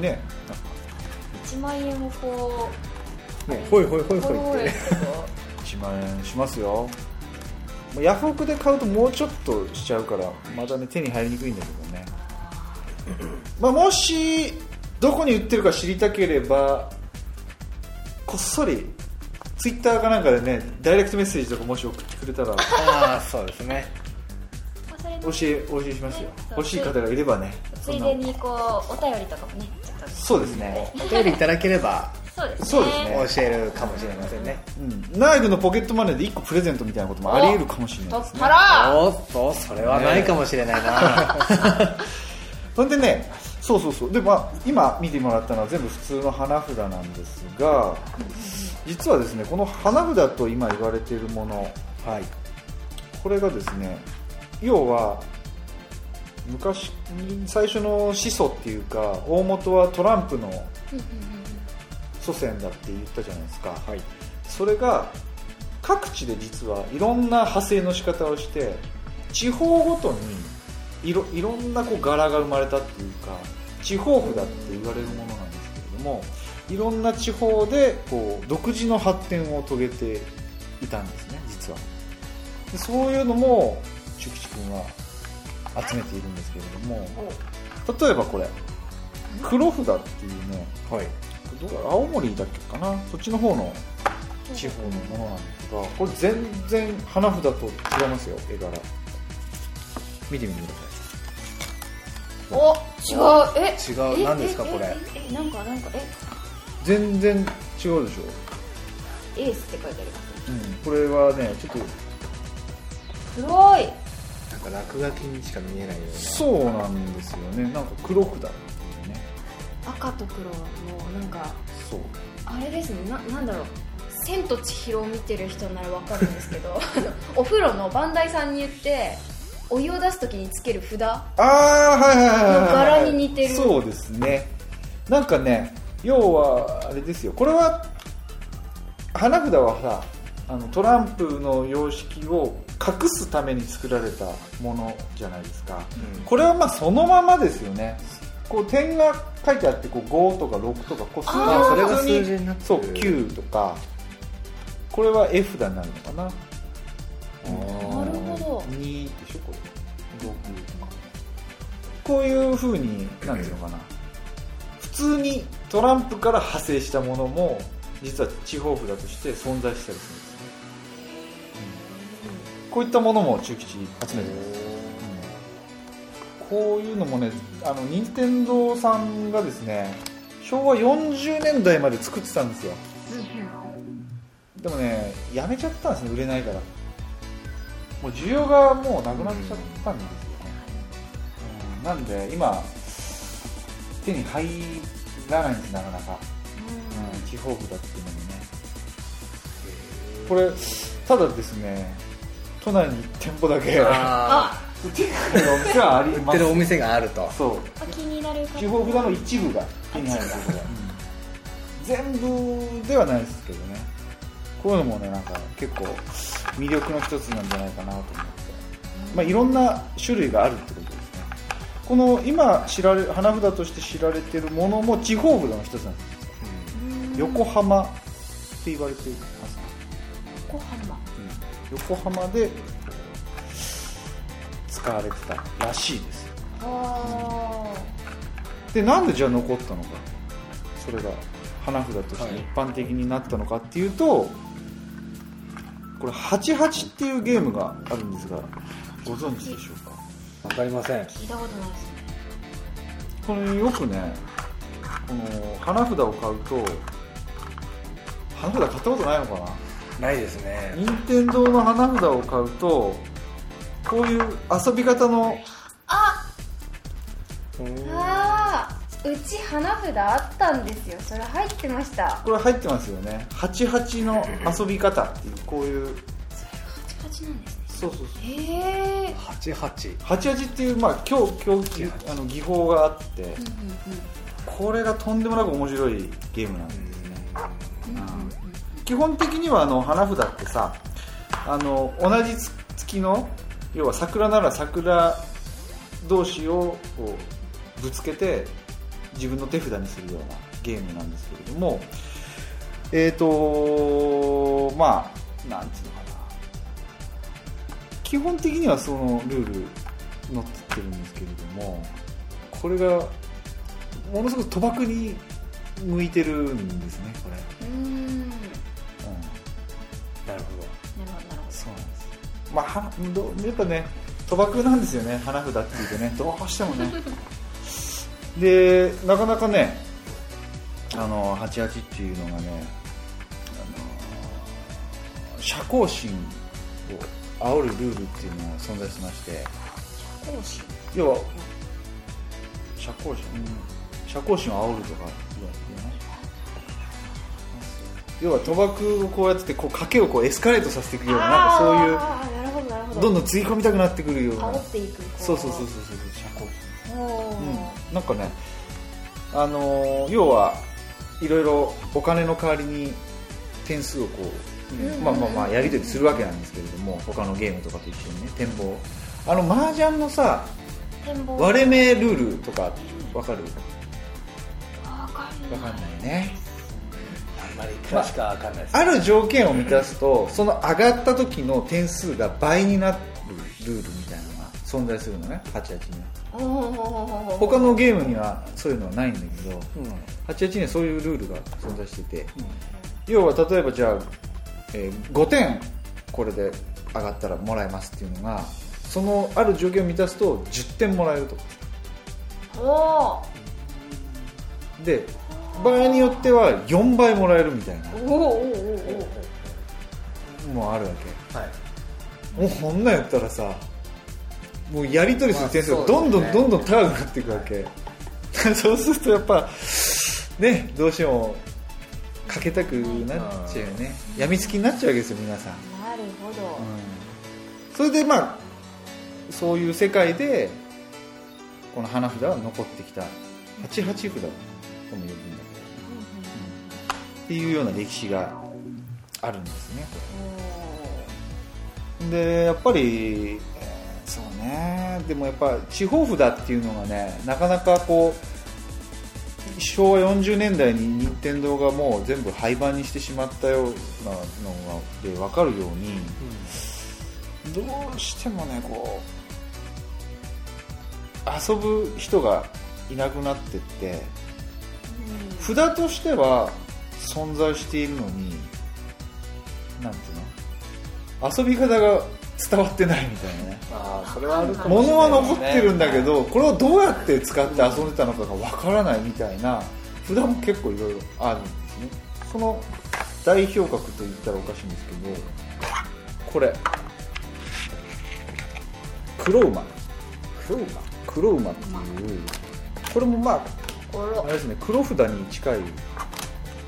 Speaker 5: ね
Speaker 2: 1万円をこう
Speaker 1: ねほいほいほいほいってね
Speaker 5: 1万円しますよまあヤフオクで買うともうちょっとしちゃうからまだね手に入りにくいんだけ どねまあもしどこに売ってるか知りたければこっそりツイッターかなんかでねダイレクトメッセージとかもし送ってくれたら
Speaker 1: ああそうですね
Speaker 2: まあそれ
Speaker 5: 教
Speaker 2: で
Speaker 5: えお教えしますよ
Speaker 2: ねそう
Speaker 5: 欲しい方がいればね
Speaker 2: ついでにこうお便りとかもねちょっと
Speaker 5: そうですね、
Speaker 1: お便りいただければ
Speaker 2: そうですね
Speaker 5: そうですね
Speaker 1: 教えるかもしれませんね
Speaker 5: うん、ナイフのポケットマネーで1個プレゼントみたいなこともありえるかもしれない
Speaker 2: 取
Speaker 5: です
Speaker 2: っ払ら
Speaker 1: おっとそれはないかもしれないな
Speaker 5: それでねそうそうそうで、まあ、今見てもらったのは全部普通の花札なんですが実はですねこの花札と今言われているもの
Speaker 1: はい
Speaker 5: これがですね要は昔最初の始祖っていうか大元はトランプの祖先だって言ったじゃないですか、
Speaker 1: はい
Speaker 5: それが各地で実はいろんな派生の仕方をして地方ごとにいろいろんなこう柄が生まれたっていうか地方札って言われるものなんですけれどもいろんな地方でこう独自の発展を遂げていたんですね実はでそういうのもチュキチ君は集めているんですけれども例えばこれ黒札っていうね
Speaker 1: はい
Speaker 5: どう青森だっけかなそっちの方の地方のものなんですがこれ全然花札と違いますよ絵柄見てみてくださ
Speaker 2: お違うえ
Speaker 1: 違う何ですかこれ
Speaker 2: えええなんかなんか
Speaker 5: い全然違うでしょ、うん、
Speaker 2: えエースって書いてあります
Speaker 5: これはねちょっと
Speaker 2: 黒い
Speaker 1: なんか落書きにしか見えないよう
Speaker 5: そうなんですよねなんか黒札っていうね
Speaker 2: 赤と黒のなんか
Speaker 5: そう
Speaker 2: あれですねななんだろう「千と千尋」を見てる人ならわかるんですけ どあのお風呂の番台さんに言ってお湯を出す時につける札
Speaker 5: ああはいはいはいはい、
Speaker 2: 柄に似てる
Speaker 5: そうですねなんかね要はあれですよこれは花札はさあのトランプの様式を隠すために作られたものじゃないですか、これはまあそのままですよねこう点が書いてあってこう5とか6とかこう数字
Speaker 1: なそれ
Speaker 5: が
Speaker 1: が
Speaker 5: 普通に
Speaker 1: 数字になってる
Speaker 5: そう9とかこれは絵札になるのかな
Speaker 2: なるほ
Speaker 5: 2でしょこれ6とかこういうふうになんていうのかな普通にトランプから派生したものも実は地方札として存在したりするんですね、こういったものも中吉集めてます、うんこういうのもねあの任天堂さんがですね昭和40年代まで作ってたんですよでもねやめちゃったんですね売れないからもう需要がもうなくなっちゃったんですよね、うんなんで今手に入らないんですなかなか、うん地方部だっていうのにねこれただですね都内に1店舗だけ
Speaker 1: あ
Speaker 5: 手に入るお店はあり
Speaker 1: 売っ
Speaker 5: ま
Speaker 1: て
Speaker 5: す
Speaker 1: るお店があると
Speaker 5: そう
Speaker 2: どあ気になる方
Speaker 5: 地方札の一部が手に入ることが、全部ではないですけどねこういうのもねなんか結構魅力の一つなんじゃないかなと思って、まあ、いろんな種類があるってことですねこの今知られ花札として知られてるものも地方札の一つなんです横浜って言われてますね
Speaker 2: 横浜
Speaker 5: 横浜で使われてたらしいですよ
Speaker 2: あ
Speaker 5: でなんでじゃあ残ったのかそれが花札として一般的になったのかっていうと、これ「88」っていうゲームがあるんですがご存知でしょうか
Speaker 4: わかりません
Speaker 2: ー聞いたことないですね
Speaker 5: これよくねこの花札を買うと花札買ったことないのかな
Speaker 1: ないですね
Speaker 5: 任天堂の花札を買うとこういう遊び方の
Speaker 2: ああうち花札あったんですよそれ入ってました
Speaker 5: これ入ってますよね88の遊び方っていうこういう
Speaker 2: カチカチなんですね
Speaker 5: そうそうそう
Speaker 2: へえ
Speaker 1: 88
Speaker 5: 88っていう、まあ、狂狂あの技法があって、これがとんでもなく面白いゲームなんですね、うん基本的にはあの花札ってさあの同じ月の要は桜なら桜同士をこうぶつけて自分の手札にするようなゲームなんですけれどもえっ、とまあなんていうのかな基本的にはそのルールのっつってるんですけれどもこれがものすごく賭博に向いてるんですねこれ、
Speaker 8: うーんな
Speaker 5: うん、
Speaker 4: なるほど
Speaker 8: るほどなるほ
Speaker 5: そうなんですまあはどうやっぱね賭博なんですよね花札っていうとねどうしてもねでなかなかねあの88っていうのがねあの社交心を煽るルールっていうのが存在しまして
Speaker 8: ど講師
Speaker 5: 要は社交心、社交心を煽るとか言われてね要は賭博をこうやっててこう賭けをこうエスカレートさせていくようななんかそういう
Speaker 8: あーなるほどなるほど
Speaker 5: どんどんつぎ込みたくなってくるような
Speaker 8: 煽っていくこ
Speaker 5: そうそうそうそうそう社交
Speaker 8: おー
Speaker 5: うん、なんかねあのー要はいろいろお金の代わりに点数をこう、
Speaker 8: うん
Speaker 5: まあまあまあやり取りするわけなんですけれども他のゲームとかと一緒にね展望あの麻雀のさ
Speaker 8: 展望
Speaker 5: 割れ目ルールとかわかる
Speaker 8: わかん
Speaker 5: わ
Speaker 8: ない
Speaker 5: かんないね
Speaker 1: あんまり詳しくは分かんないです、
Speaker 5: ある条件を満たすとその上がった時の点数が倍になるルールみたいなのが存在するのね88には
Speaker 8: おーおーおーおー
Speaker 5: 他のゲームにはそういうのはないんだけど、88にはそういうルールが存在してて、要は例えばじゃあ、えー5点これで上がったらもらえますっていうのがそのある条件を満たすと10点もらえるとか
Speaker 8: お
Speaker 5: で場合によっては4倍もらえるみたいな
Speaker 8: ーおーおーおーおー
Speaker 5: もうあるわ
Speaker 1: はい
Speaker 5: けもうこんなんやったらさもうやり取りする点数
Speaker 1: ま
Speaker 5: が
Speaker 1: あそう
Speaker 5: どん
Speaker 1: です
Speaker 5: ど
Speaker 1: ね
Speaker 5: んどんどん高くなっていくわけ、 そうするとやっぱねどうしてもかけたくなっちゃうよねやみつきになっちゃうわけですよ皆さん、
Speaker 8: なるほど
Speaker 5: それでまあそういう世界でこの花札は残ってきた88札とも呼ぶんだけど、っていうような歴史があるんですねこれでやっぱり、えーそうねでもやっぱ地方札っていうのがねなかなかこう昭和40年代に任天堂がもう全部廃盤にしてしまったようなのがで分かるように、どうしてもねこう遊ぶ人がいなくなってって札としては存在しているのになんていうの遊び方が伝わってないみたいなね
Speaker 1: ああそれはあるかもしれ
Speaker 5: 物
Speaker 1: な
Speaker 5: はい
Speaker 1: ですね
Speaker 5: 残ってるんだけどこれをどうやって使って遊んでたのかがわからないみたいな札も結構いろいろあるんですねその代表格と言ったらおかしいんですけどこれ黒馬黒馬黒馬っていうこれもまあ
Speaker 8: おー
Speaker 5: あれですね黒札に近い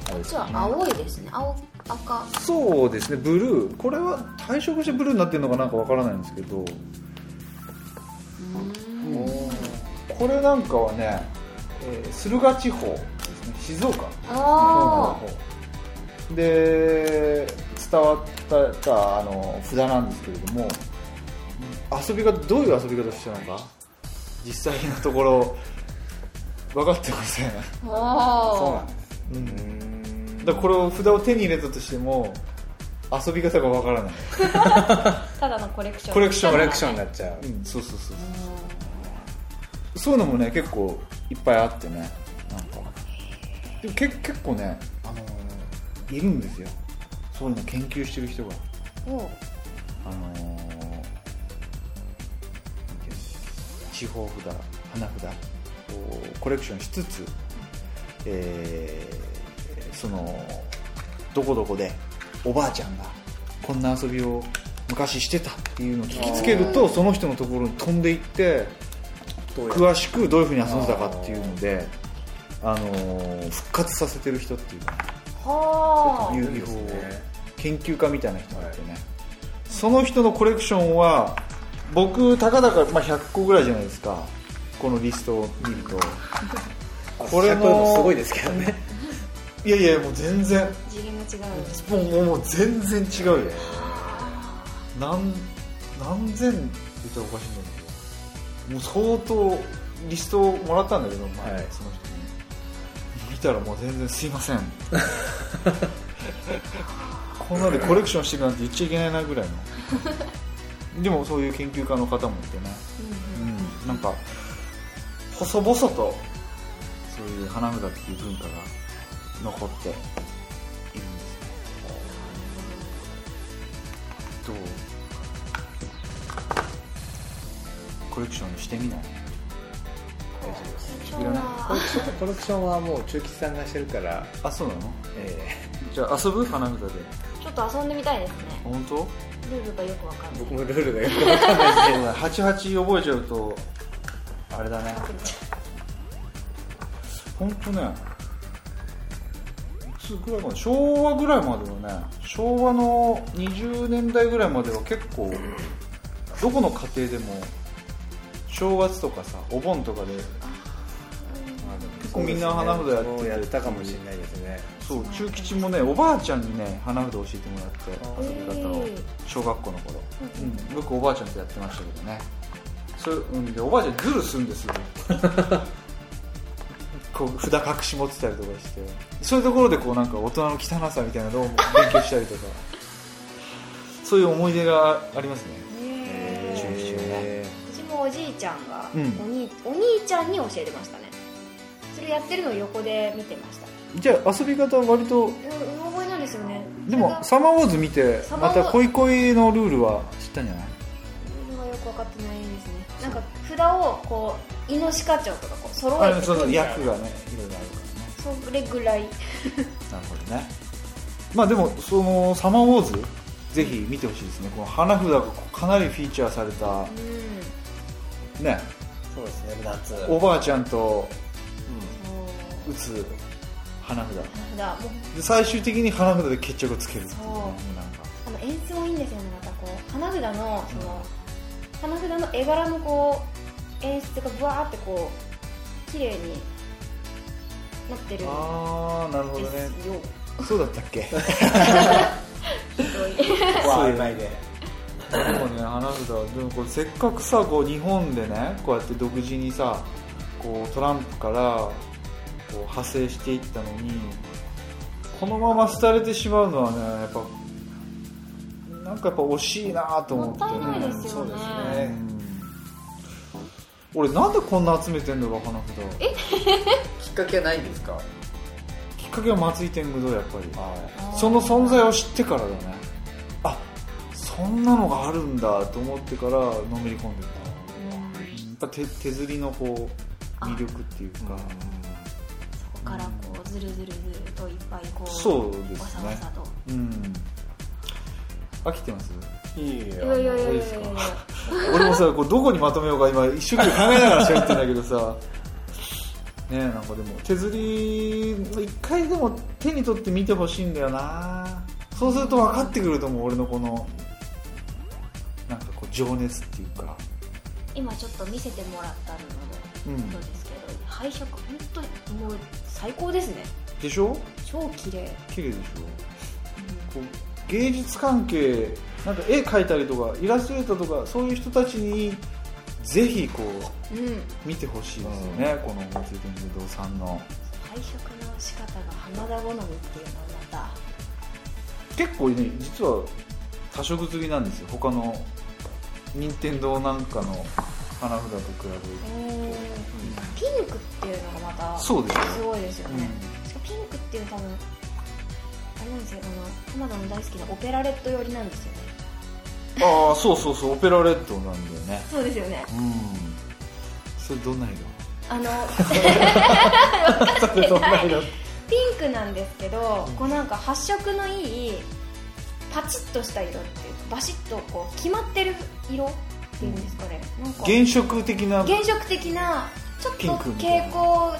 Speaker 5: あれです
Speaker 8: じゃ
Speaker 5: ね
Speaker 8: あ青いですね青赤
Speaker 5: そうですねブルーこれは退色してブルーになってるのかなんかわからないんですけどうんこれなんかはね、えー駿河地方ですね静岡
Speaker 8: ああ
Speaker 5: で伝わったあの札なんですけれども遊びがどういう遊び方してたのか実際のところ分かってません
Speaker 8: お
Speaker 5: そう
Speaker 8: お
Speaker 5: なんですだからこれを札を手に入れたとしても遊び方がわからない、
Speaker 8: ただのコレクション
Speaker 5: コレクション
Speaker 4: コレクションになっちゃう
Speaker 5: うん、そうそうそうそうそういうのもね結構いっぱいあってねなんかでもけ結構ね、あのーいるんですよそういうの研究してる人が
Speaker 8: おー
Speaker 5: あのーなんていうの地方札花札をコレクションしつつ、えーそのどこどこでおばあちゃんがこんな遊びを昔してたっていうのを聞きつけるとその人のところに飛んでいって詳しくどういうふうに遊んでたかっていうので、あのー復活させてる人っていうか
Speaker 8: は
Speaker 5: 遊戯法を研究家みたいな人がいてね、その人のコレクションは僕たかだか、まあ、100個ぐらいじゃないですか このリストを見ると
Speaker 1: あ
Speaker 5: これ
Speaker 1: 100
Speaker 5: も
Speaker 1: すごいですけどね
Speaker 5: いいやいやもう全然
Speaker 2: 次元が違う
Speaker 5: もうもうもう全然違うよ何何千って言ったらおかしいんだけどもう相当リストをもらったんだけど前、
Speaker 4: はい
Speaker 5: その人に見たらもう全然すいません こんなでコレクションしてるなんて言っちゃいけないなぐらいのでもそういう研究家の方もいてね、うんなんか細々とそういう花札っていう文化が残っているんですねどうコレクションしてみない
Speaker 2: 今日は
Speaker 4: コレクションはもう中吉さんがしてるから、
Speaker 5: あそうなの
Speaker 4: え
Speaker 5: じゃあ遊ぶ花札で
Speaker 2: ちょっと遊んでみたいですね
Speaker 5: 本当
Speaker 2: ルールがよくわかん
Speaker 4: ー
Speaker 2: ない
Speaker 4: 僕もルールがよくわかんないですけど
Speaker 5: 88覚えちゃうとあれだね本当ねいつぐらいまで昭和ぐらいまではね昭和の20年代ぐらいまでは結構どこの家庭でも正月とかさお盆とかで結構みんな花札やってて
Speaker 4: 僕もやったかもしれないですね。
Speaker 5: そう中吉もねおばあちゃんにね花札教えてもらって遊び方を
Speaker 2: えー
Speaker 5: 小学校の頃、うん、よくおばあちゃんとやってましたけどねそれうんでおばあちゃんズルするん ですよこう札隠し持ってたりとかしてそういうところでこうなんか大人の汚さみたいなのを勉強したりとかそういう思い出がありますね
Speaker 2: ね
Speaker 5: 中吉はね
Speaker 2: うちもおじいちゃんが、
Speaker 5: うん
Speaker 2: お兄お兄ちゃんに教えてましたねそれやってるのを横で見てました
Speaker 5: じゃあ遊び方は割と
Speaker 2: うんうん覚えないですよね
Speaker 5: でも「サマーウォーズ」見て
Speaker 2: サマ
Speaker 5: ま
Speaker 2: ーウォーズ
Speaker 5: た「恋恋」のルールは知ったんじゃない
Speaker 2: ルールがよく分かってないですねなんか札をこうイノシカチョウとかこう揃え
Speaker 5: あ
Speaker 2: て
Speaker 5: その
Speaker 2: みたいな
Speaker 5: 役がねいろいろあるからね
Speaker 2: それぐらい
Speaker 5: なるほどねまあでもそのサマーウォーズぜひ見てほしいですねこの花札がかなりフィーチャーされた
Speaker 2: うん
Speaker 5: ね
Speaker 1: そうですね、夏。
Speaker 5: おばあちゃんと
Speaker 2: もう
Speaker 5: 打つ花札
Speaker 2: 花札もう
Speaker 5: で最終的に花札で決着をつけるっていうね
Speaker 2: そう
Speaker 5: もうなんか
Speaker 2: あの演奏いいんですよねまたこう花札のその花札の絵柄のこう演出がブワーってこう綺麗になってるん
Speaker 5: ああなるほど
Speaker 2: で
Speaker 5: ね
Speaker 2: すよ、
Speaker 5: そうだったっけ
Speaker 2: ひどい
Speaker 1: わー、うまいで。
Speaker 5: でもね花札でもこれせっかくさこう日本でねこうやって独自にさこうトランプからこう派生していったのにこのまま廃れてしまうのはねやっぱなんかやっぱ惜しいなと思ってね
Speaker 2: もったいないですよね
Speaker 5: そうですね俺なんでこんな集めてんだろう花札え
Speaker 10: きっかけはないんですか
Speaker 5: きっかけは松井天狗堂やっぱりその存在を知ってからだねあそんなのがあるんだと思ってからのめり込んでたやっぱ手手刷りのこう魅力っていうか、
Speaker 2: そこからこうずるずるずるといっぱいこう
Speaker 5: そうで
Speaker 2: わ
Speaker 5: す
Speaker 2: さわ
Speaker 5: ね
Speaker 2: さと
Speaker 5: うん飽きてます
Speaker 1: いいよ。
Speaker 2: いやいやいやい
Speaker 5: いい
Speaker 2: や
Speaker 5: で
Speaker 2: い
Speaker 5: す
Speaker 2: や
Speaker 5: か俺もさこうどこにまとめようか今一生懸命考えながら喋ってんだけどさねえなんかでも手刷り一回でも手に取って見てほしいんだよなそうすると分かってくると思う俺のこのなんかこう情熱っていうか
Speaker 2: 今ちょっと見せてもらったのも
Speaker 5: うん
Speaker 2: そうですけど配色本当にもう最高ですね
Speaker 5: でしょ
Speaker 2: 超綺麗
Speaker 5: 綺麗でしょ、こう芸術関係なんか絵描いたりとかイラストレーターとかそういう人たちにぜひこう
Speaker 2: うん
Speaker 5: 見てほしいですよね、この松井天狗堂さんの
Speaker 2: 配色の仕方が浜田好みっていうのがま
Speaker 5: 結構ね実は多色釣りなんですよ他の任天堂なんかの花札と比べる
Speaker 2: たピンクっていうのがまた
Speaker 5: と
Speaker 2: す
Speaker 5: そうですよ、
Speaker 2: ごいですよね、
Speaker 5: う
Speaker 2: しかもピンクっていう多分あれなんですよあの浜田の大好きなオペラレット寄りなんですよね
Speaker 5: んああそうそうそうオペラレッドなんだよね
Speaker 2: そうですよね
Speaker 5: うんそれどんな色
Speaker 2: あ の
Speaker 5: それど んな色
Speaker 2: ピンクなんですけど、こうなんか発色のいいパチッとした色っていうかバシッとこう決まってる色っていうんですかね、なんか
Speaker 5: 原色的な
Speaker 2: 原色的なちょっ
Speaker 5: ピン
Speaker 2: と
Speaker 5: クみたい
Speaker 2: 蛍
Speaker 5: な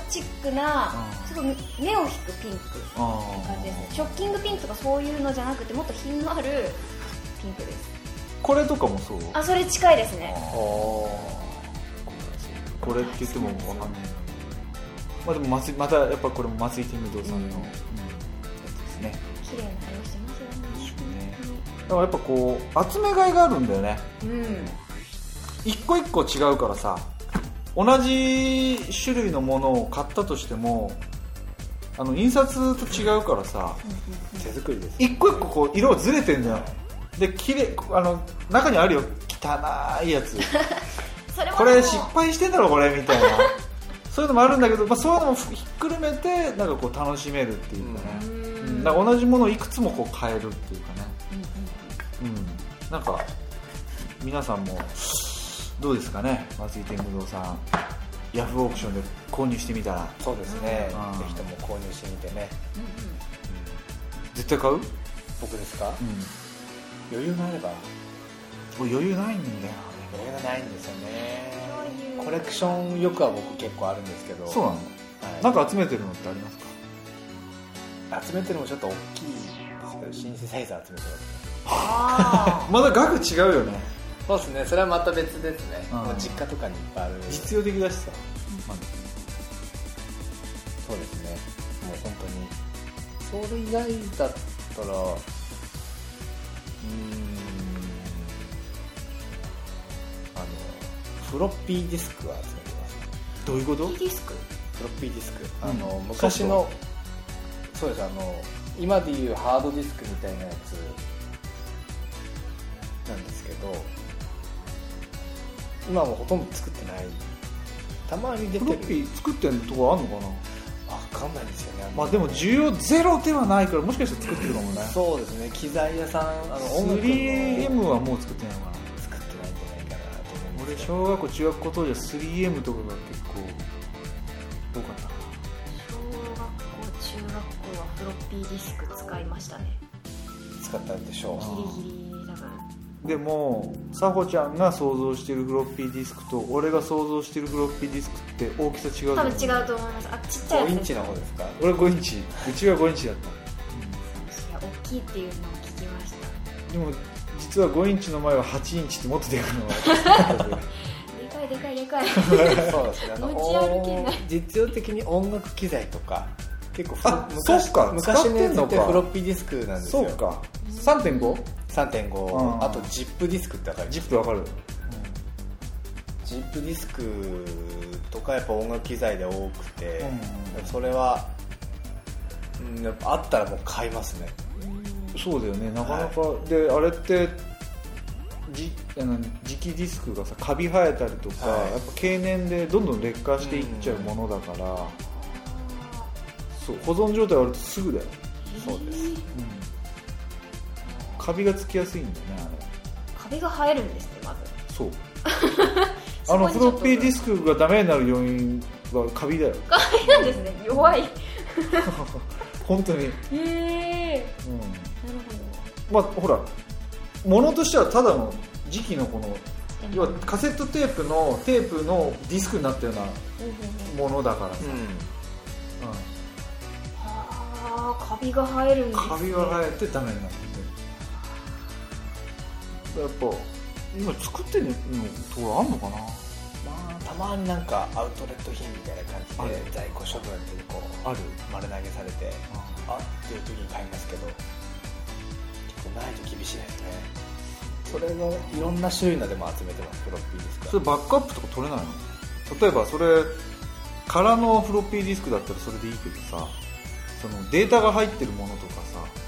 Speaker 2: 光チックな
Speaker 5: うん
Speaker 2: すごい目を引くピンク
Speaker 5: あ
Speaker 2: 感じですね
Speaker 5: ー
Speaker 2: ショッキングピンクとかそういうのじゃなくてもっと品のあるピンクです
Speaker 5: これとかもそう
Speaker 2: あそれ近いですね
Speaker 5: あーこれって言ってもわかんないなまあでも松井またやっぱこれも松井天狗堂さんの、うんでもやっぱこう集め買いがあるんだよね
Speaker 8: うん
Speaker 5: 一個一個違うからさ同じ種類のものを買ったとしてもあの印刷と違うからさ
Speaker 4: 手作りです
Speaker 5: 一個一個こう色がずれてんじゃんで綺麗あの中にあるよ汚いやつ
Speaker 8: それはもう
Speaker 5: これ失敗してんだろこれみたいなそういうのもあるんだけど、まあ、そういうのもひっくるめてなんかこう楽しめるっていうかね、うんなんか同じものをいくつもこう変えるっていうかねうんなんか皆さんもどうですかね松井天狗堂さんヤフーオークションで購入してみたら
Speaker 1: そうですね、
Speaker 5: うん
Speaker 1: ぜひとも購入してみてね、
Speaker 5: 絶対買う、うん、
Speaker 1: 僕ですか余裕があれば
Speaker 5: 俺余裕ないんだよ
Speaker 1: 余裕がないんですよねコレクション欲は僕結構あるんですけど
Speaker 5: ねそうなの
Speaker 1: はい
Speaker 5: なんか集めてるのってありますか
Speaker 1: 集めてるのもちょっと大きいですけどシンセサイザー集めてます
Speaker 5: まだ額違うよね
Speaker 1: そうですねそれはまた別ですね、
Speaker 5: うん
Speaker 1: もう実家とかにいっぱいある
Speaker 5: 実用的だしさ、まあ
Speaker 1: そうですねもう本当にそれ以外だったらうーんあのフロッピーディスクは集めてます
Speaker 5: どういうこと
Speaker 8: いいですか
Speaker 1: フロッピーディスク
Speaker 5: うん
Speaker 1: あの、昔のそうですあの今でいうハードディスクみたいなやつなんですけど今はもうほとんど作ってないたまに出
Speaker 5: フ
Speaker 1: て
Speaker 5: ロ
Speaker 1: る
Speaker 5: ッピー作ってんとこあんのかな
Speaker 1: わかんないですよねん
Speaker 5: ま
Speaker 1: ま
Speaker 5: あでも需要ゼロではないからもしかしたら作ってるかもね
Speaker 1: そうですね機材屋さんあの音楽の
Speaker 5: 3M はもう作ってないのかな
Speaker 1: 作ってないんじゃないかなと思うん
Speaker 5: 俺
Speaker 1: ですけど
Speaker 5: 小学校中学校当時は 3M とかが結構多かったな
Speaker 8: 小学校中学校はフロッピーディスク使いましたね
Speaker 1: 使ったんでしょ
Speaker 8: ギリギリだから
Speaker 5: でもさほちゃんが想像してるフロッピーディスクと俺が想像してるフロッピーディスクって大きさ違う
Speaker 8: 多分
Speaker 5: じゃん
Speaker 8: 違うと思いますあちっちゃ
Speaker 1: う
Speaker 8: い
Speaker 1: 5イ
Speaker 8: や
Speaker 1: ン
Speaker 8: つ
Speaker 1: チの方ですか
Speaker 5: 俺5インチうちは5インチだった
Speaker 8: いや大きいっていうのを聞きました
Speaker 5: でも実は5インチの前は8インチってもっとでかいのが あっ
Speaker 8: で
Speaker 5: た
Speaker 8: かいでかいでかい
Speaker 1: そうですねあの
Speaker 8: 持ち歩けない
Speaker 1: 実用的に音楽機材とか結構ふ
Speaker 5: あ
Speaker 1: 昔
Speaker 5: そっか
Speaker 1: 昔のやつ
Speaker 5: 使っ
Speaker 1: って
Speaker 5: ん
Speaker 1: て
Speaker 5: のか
Speaker 1: フロッピーディスクなんです
Speaker 5: そ
Speaker 1: よ
Speaker 5: うか 3.5?
Speaker 1: 3.5、
Speaker 5: うん
Speaker 1: あとジップディスクってわかる
Speaker 5: ジップわかる
Speaker 1: ジップディスクとかやっぱ音楽機材で多くて、
Speaker 5: う
Speaker 1: それは、うん、やっぱあったらもう買いますね
Speaker 5: そうだよねなかなか、であれってじあの磁気ディスクがさカビ生えたりとか、
Speaker 1: はい
Speaker 5: やっぱ経年でどんどん劣化していっちゃうものだから、そう保存状態割とすぐだよ、
Speaker 1: そうです
Speaker 5: うん、カビがつきやすいんだよねあれ
Speaker 8: 壁が生えるんですねまず
Speaker 5: そう
Speaker 8: そ
Speaker 5: あ
Speaker 8: こ
Speaker 5: の
Speaker 8: にち
Speaker 5: フ
Speaker 8: ょ
Speaker 5: ロ
Speaker 8: っと
Speaker 5: ッピーディスクがダメになる要因はカビだよ
Speaker 8: なんですね弱いへ
Speaker 5: 本当に、うん、
Speaker 8: えなる
Speaker 5: まあほら物としてはただの磁気のこの
Speaker 8: ほど
Speaker 5: 要はカセットテープのテープのディスクになったような
Speaker 8: うんうんうん
Speaker 5: ものだからさ、
Speaker 8: ああカビが生えるんです、ね、
Speaker 5: カビが生えてダメになってやっぱ今作ってるのところあんのかな
Speaker 1: まあたまになんかアウトレット品みたいな感じ
Speaker 5: あ
Speaker 1: で在庫処分ってこう
Speaker 5: ある
Speaker 1: 丸投げされてあっていう時に買いますけど結構ないと厳しいですねそれのいろんな種類のでも集めてますフロッピーディスク
Speaker 5: そ
Speaker 1: は
Speaker 5: れバックアップとか取れないの例えばそれ空のフロッピーディスクだったらそれでいいけどさそのデータが入ってるものとか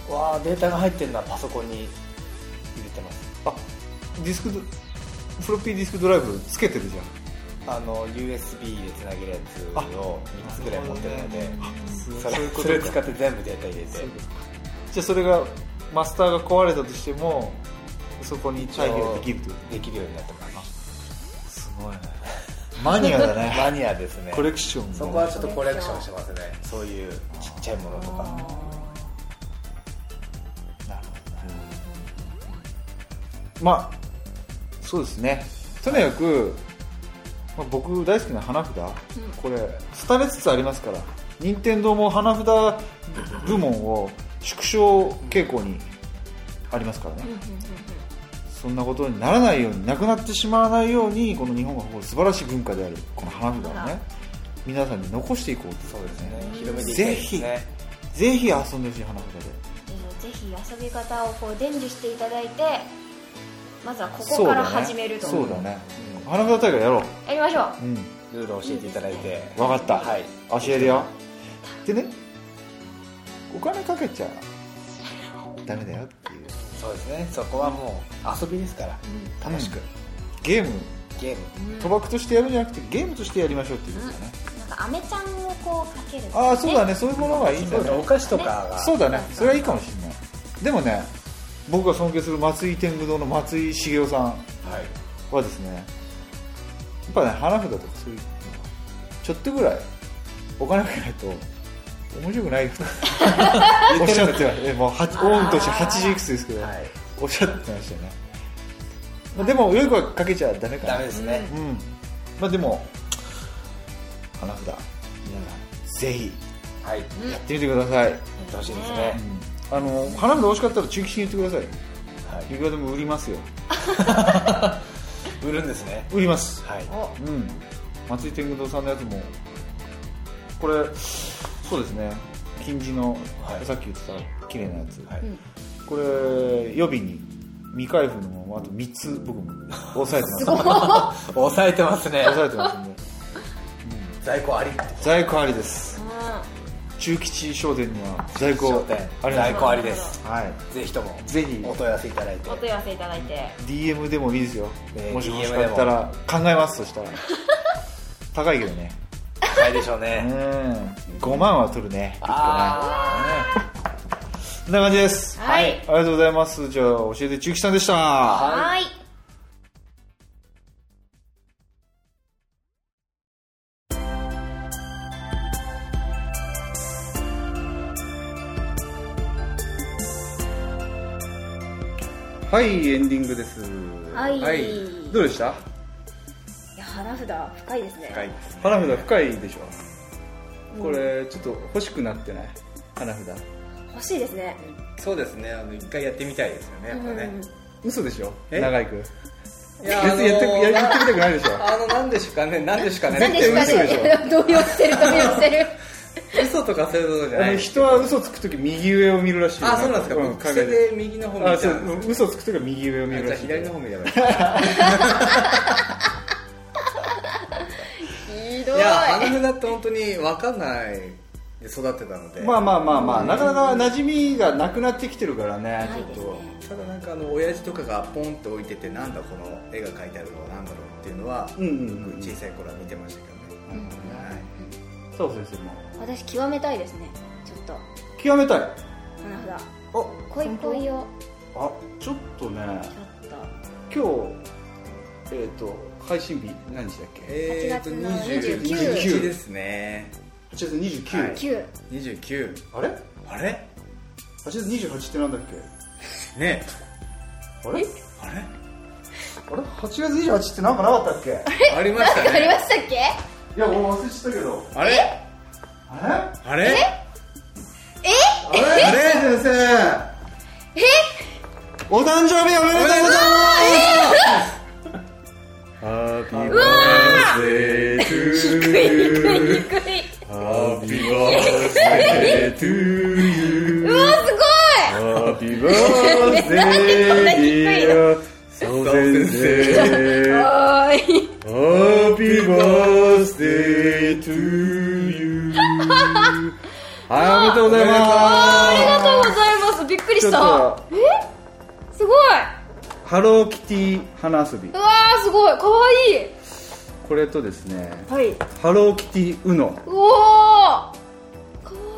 Speaker 5: さ
Speaker 1: わあデータが入ってるのはパソコンに入れてます
Speaker 5: あディスクドフロッピーディスクドライブつけてるじゃん
Speaker 1: あの USB でつなげるやつを3つぐらい持ってるのでそ
Speaker 5: そう
Speaker 1: れ
Speaker 5: いうこと
Speaker 1: それ使って全部データ入れて
Speaker 5: じゃあそれがマスターが壊れたとしてもそこに対応できるってこ
Speaker 1: できるようになってます
Speaker 5: とすごいねマニアだね
Speaker 1: マニアですね
Speaker 5: コレクションの
Speaker 1: そこはちょっとコレクションしてますねそういうちっちゃいものとか
Speaker 5: まあそうですねとにかく、まあ、僕大好きな花札、これ廃れつつありますから任天堂も花札部門を縮小傾向にありますからね、そんなことにならないようになくなってしまわないようにこの日本が誇る素晴らしい文化であるこの花札をね皆さんに残していこうということですね
Speaker 1: 広めていきたいですね
Speaker 5: ぜひ遊んでほしい花札で
Speaker 8: でもぜひ遊び方をこう伝授していただいてまずはこ
Speaker 5: そ
Speaker 8: こ
Speaker 5: う
Speaker 8: か
Speaker 5: だ
Speaker 8: ら
Speaker 5: ね
Speaker 8: 始めると
Speaker 5: そうだね花札大会やろう
Speaker 8: やりましょう
Speaker 5: うん
Speaker 1: ルール教えていただいて
Speaker 5: 分かった
Speaker 1: はい
Speaker 5: 教えるよでねお金かけちゃダメだよっていう
Speaker 1: そうですねそこはもう遊びですから楽しく、
Speaker 5: ゲーム
Speaker 1: ゲーム
Speaker 5: 賭博としてやるんじゃなくてゲームとしてやりましょうっていうことだね
Speaker 8: なんかアメちゃんをこうかける
Speaker 5: ああそうだ
Speaker 8: ね
Speaker 5: ねそういうものがいいんだ
Speaker 1: そうですね
Speaker 5: ね
Speaker 1: お菓子とかが
Speaker 5: そうだねそれはいいかもしれないでもね僕が尊敬する松井天狗堂の松井茂雄さん
Speaker 1: はい
Speaker 5: はですねやっぱね花札とかそういうのはちょっとぐらいお金かけないと面白くないよおっしゃってましたもうはち御年80いくつですけど、
Speaker 1: はい
Speaker 5: おっしゃってましたよね、まあ、でも良い声かけちゃダメかな
Speaker 1: ダメですね、
Speaker 5: うんまあでも花札皆さんぜひ
Speaker 1: はいや
Speaker 5: やってみてください、
Speaker 1: ってほしいですね、
Speaker 5: あの花札美味しかったら中吉に言ってくださ
Speaker 1: はい
Speaker 5: いいくらでも売りますよ
Speaker 1: 売るんですね
Speaker 5: 売ります
Speaker 1: はい
Speaker 5: うん松井天狗堂さんのやつもこれそうですね金地の、
Speaker 1: はい
Speaker 5: さっき言ってた綺麗なやつ、
Speaker 1: はい
Speaker 5: これ予備に未開封のままあと3つ僕も押さえてます
Speaker 1: 抑えてますね
Speaker 5: 押さえてますんで
Speaker 1: 在庫あり
Speaker 5: 在庫ありです中吉商店には在
Speaker 1: 商
Speaker 5: 庫
Speaker 1: 店
Speaker 5: あります
Speaker 1: 在庫ありです
Speaker 5: はい
Speaker 1: ぜひとも
Speaker 5: ぜひ
Speaker 1: お問い合わせいただいて
Speaker 8: お問い合わせいただいて
Speaker 5: DM でもいいですよ、
Speaker 1: ね
Speaker 5: もし
Speaker 1: DM
Speaker 5: 欲しかったら考えますそしたら高いけどね
Speaker 1: 高いでしょう
Speaker 5: う
Speaker 1: ね
Speaker 5: ん5万は取るね
Speaker 1: あ
Speaker 5: そんな感じです
Speaker 8: はい
Speaker 5: ありがとうございますじゃあ教えて中吉さんでした
Speaker 8: はい
Speaker 9: はいエンディングです
Speaker 2: はい
Speaker 9: どうでした
Speaker 2: いや花札深いですね
Speaker 1: 深いです
Speaker 9: 花札深いでしょこれちょっと欲しくなってない花札
Speaker 2: 欲しいですね
Speaker 4: そうですねあの一回やってみたいですよねやっぱね、
Speaker 9: 嘘でしょ
Speaker 4: え
Speaker 9: 長井君
Speaker 4: い
Speaker 9: 別
Speaker 4: や
Speaker 9: にやってややってみたくないでし ょ
Speaker 4: あの何ですかね何ですかね
Speaker 2: 何ですか ね動揺してる動揺してる
Speaker 4: 嘘とかそういうことじゃ
Speaker 9: あ
Speaker 4: な
Speaker 9: の
Speaker 4: い
Speaker 9: 人は嘘つくとき右上を見るらしいよ
Speaker 4: あそうなんですか、
Speaker 9: う
Speaker 4: 僕
Speaker 9: 影
Speaker 4: 癖
Speaker 9: で
Speaker 4: で右の方見
Speaker 9: あ
Speaker 4: ち
Speaker 9: そ
Speaker 4: ゃうん
Speaker 9: う
Speaker 4: です
Speaker 9: 嘘つくときは右上を見
Speaker 4: あ
Speaker 9: る
Speaker 4: じゃあ
Speaker 9: らしい
Speaker 4: 左の方見ればいい
Speaker 2: ひどい
Speaker 4: いや花札って本当に分かんないで育ってたので、
Speaker 9: まあまあまあまあなかなか馴染みがなくなってきてるからねちょっと
Speaker 4: ただなんかあの親父とかがポンって置いててなんだこの絵が描いてあるのはなんだろうっていうのは、
Speaker 9: うんうんうん
Speaker 4: 小さい頃は見てましたけどね、はい
Speaker 9: そう先生も
Speaker 2: 私極めたいですねちょっと
Speaker 9: 極めたい
Speaker 2: 花
Speaker 9: あ
Speaker 2: 札恋恋を
Speaker 9: あちょっとね
Speaker 2: ちょっと
Speaker 9: 今日えっ、と配信日何日だっけ
Speaker 4: えーと
Speaker 2: 8月の
Speaker 4: 29
Speaker 9: 29
Speaker 4: ですね
Speaker 9: 8月29、
Speaker 4: はい
Speaker 2: 9
Speaker 4: 29
Speaker 9: あれ8
Speaker 4: あれ
Speaker 9: 月28ってなんだっけ
Speaker 4: ね
Speaker 9: あれ
Speaker 4: あ
Speaker 9: あ
Speaker 4: れ
Speaker 9: れ8月28ってなんかなかったっけい
Speaker 4: ありました
Speaker 2: あり
Speaker 4: ね
Speaker 2: ましたっけ
Speaker 9: や俺忘れちゃったけど
Speaker 4: あれ
Speaker 9: あれあ
Speaker 4: あれ
Speaker 9: れあれ先生えお誕生日おめでとうございます
Speaker 4: ハッピーバースデートゥーハッピーバースデートゥーユー
Speaker 2: うわすごい
Speaker 4: ハッピーバースデーディアサオ先生
Speaker 2: はーい
Speaker 4: ハッピーバースデートゥーユー
Speaker 9: はいおめでとうござい
Speaker 2: あり
Speaker 9: ま
Speaker 2: がとうございますびっくり
Speaker 9: す
Speaker 2: し
Speaker 9: ちょ
Speaker 2: た
Speaker 9: っと
Speaker 2: すごい
Speaker 9: ハローキティ花遊び
Speaker 2: うわーすごいかわいい
Speaker 9: これとですね
Speaker 2: はい
Speaker 9: ハローキティウノ
Speaker 2: うおーかわ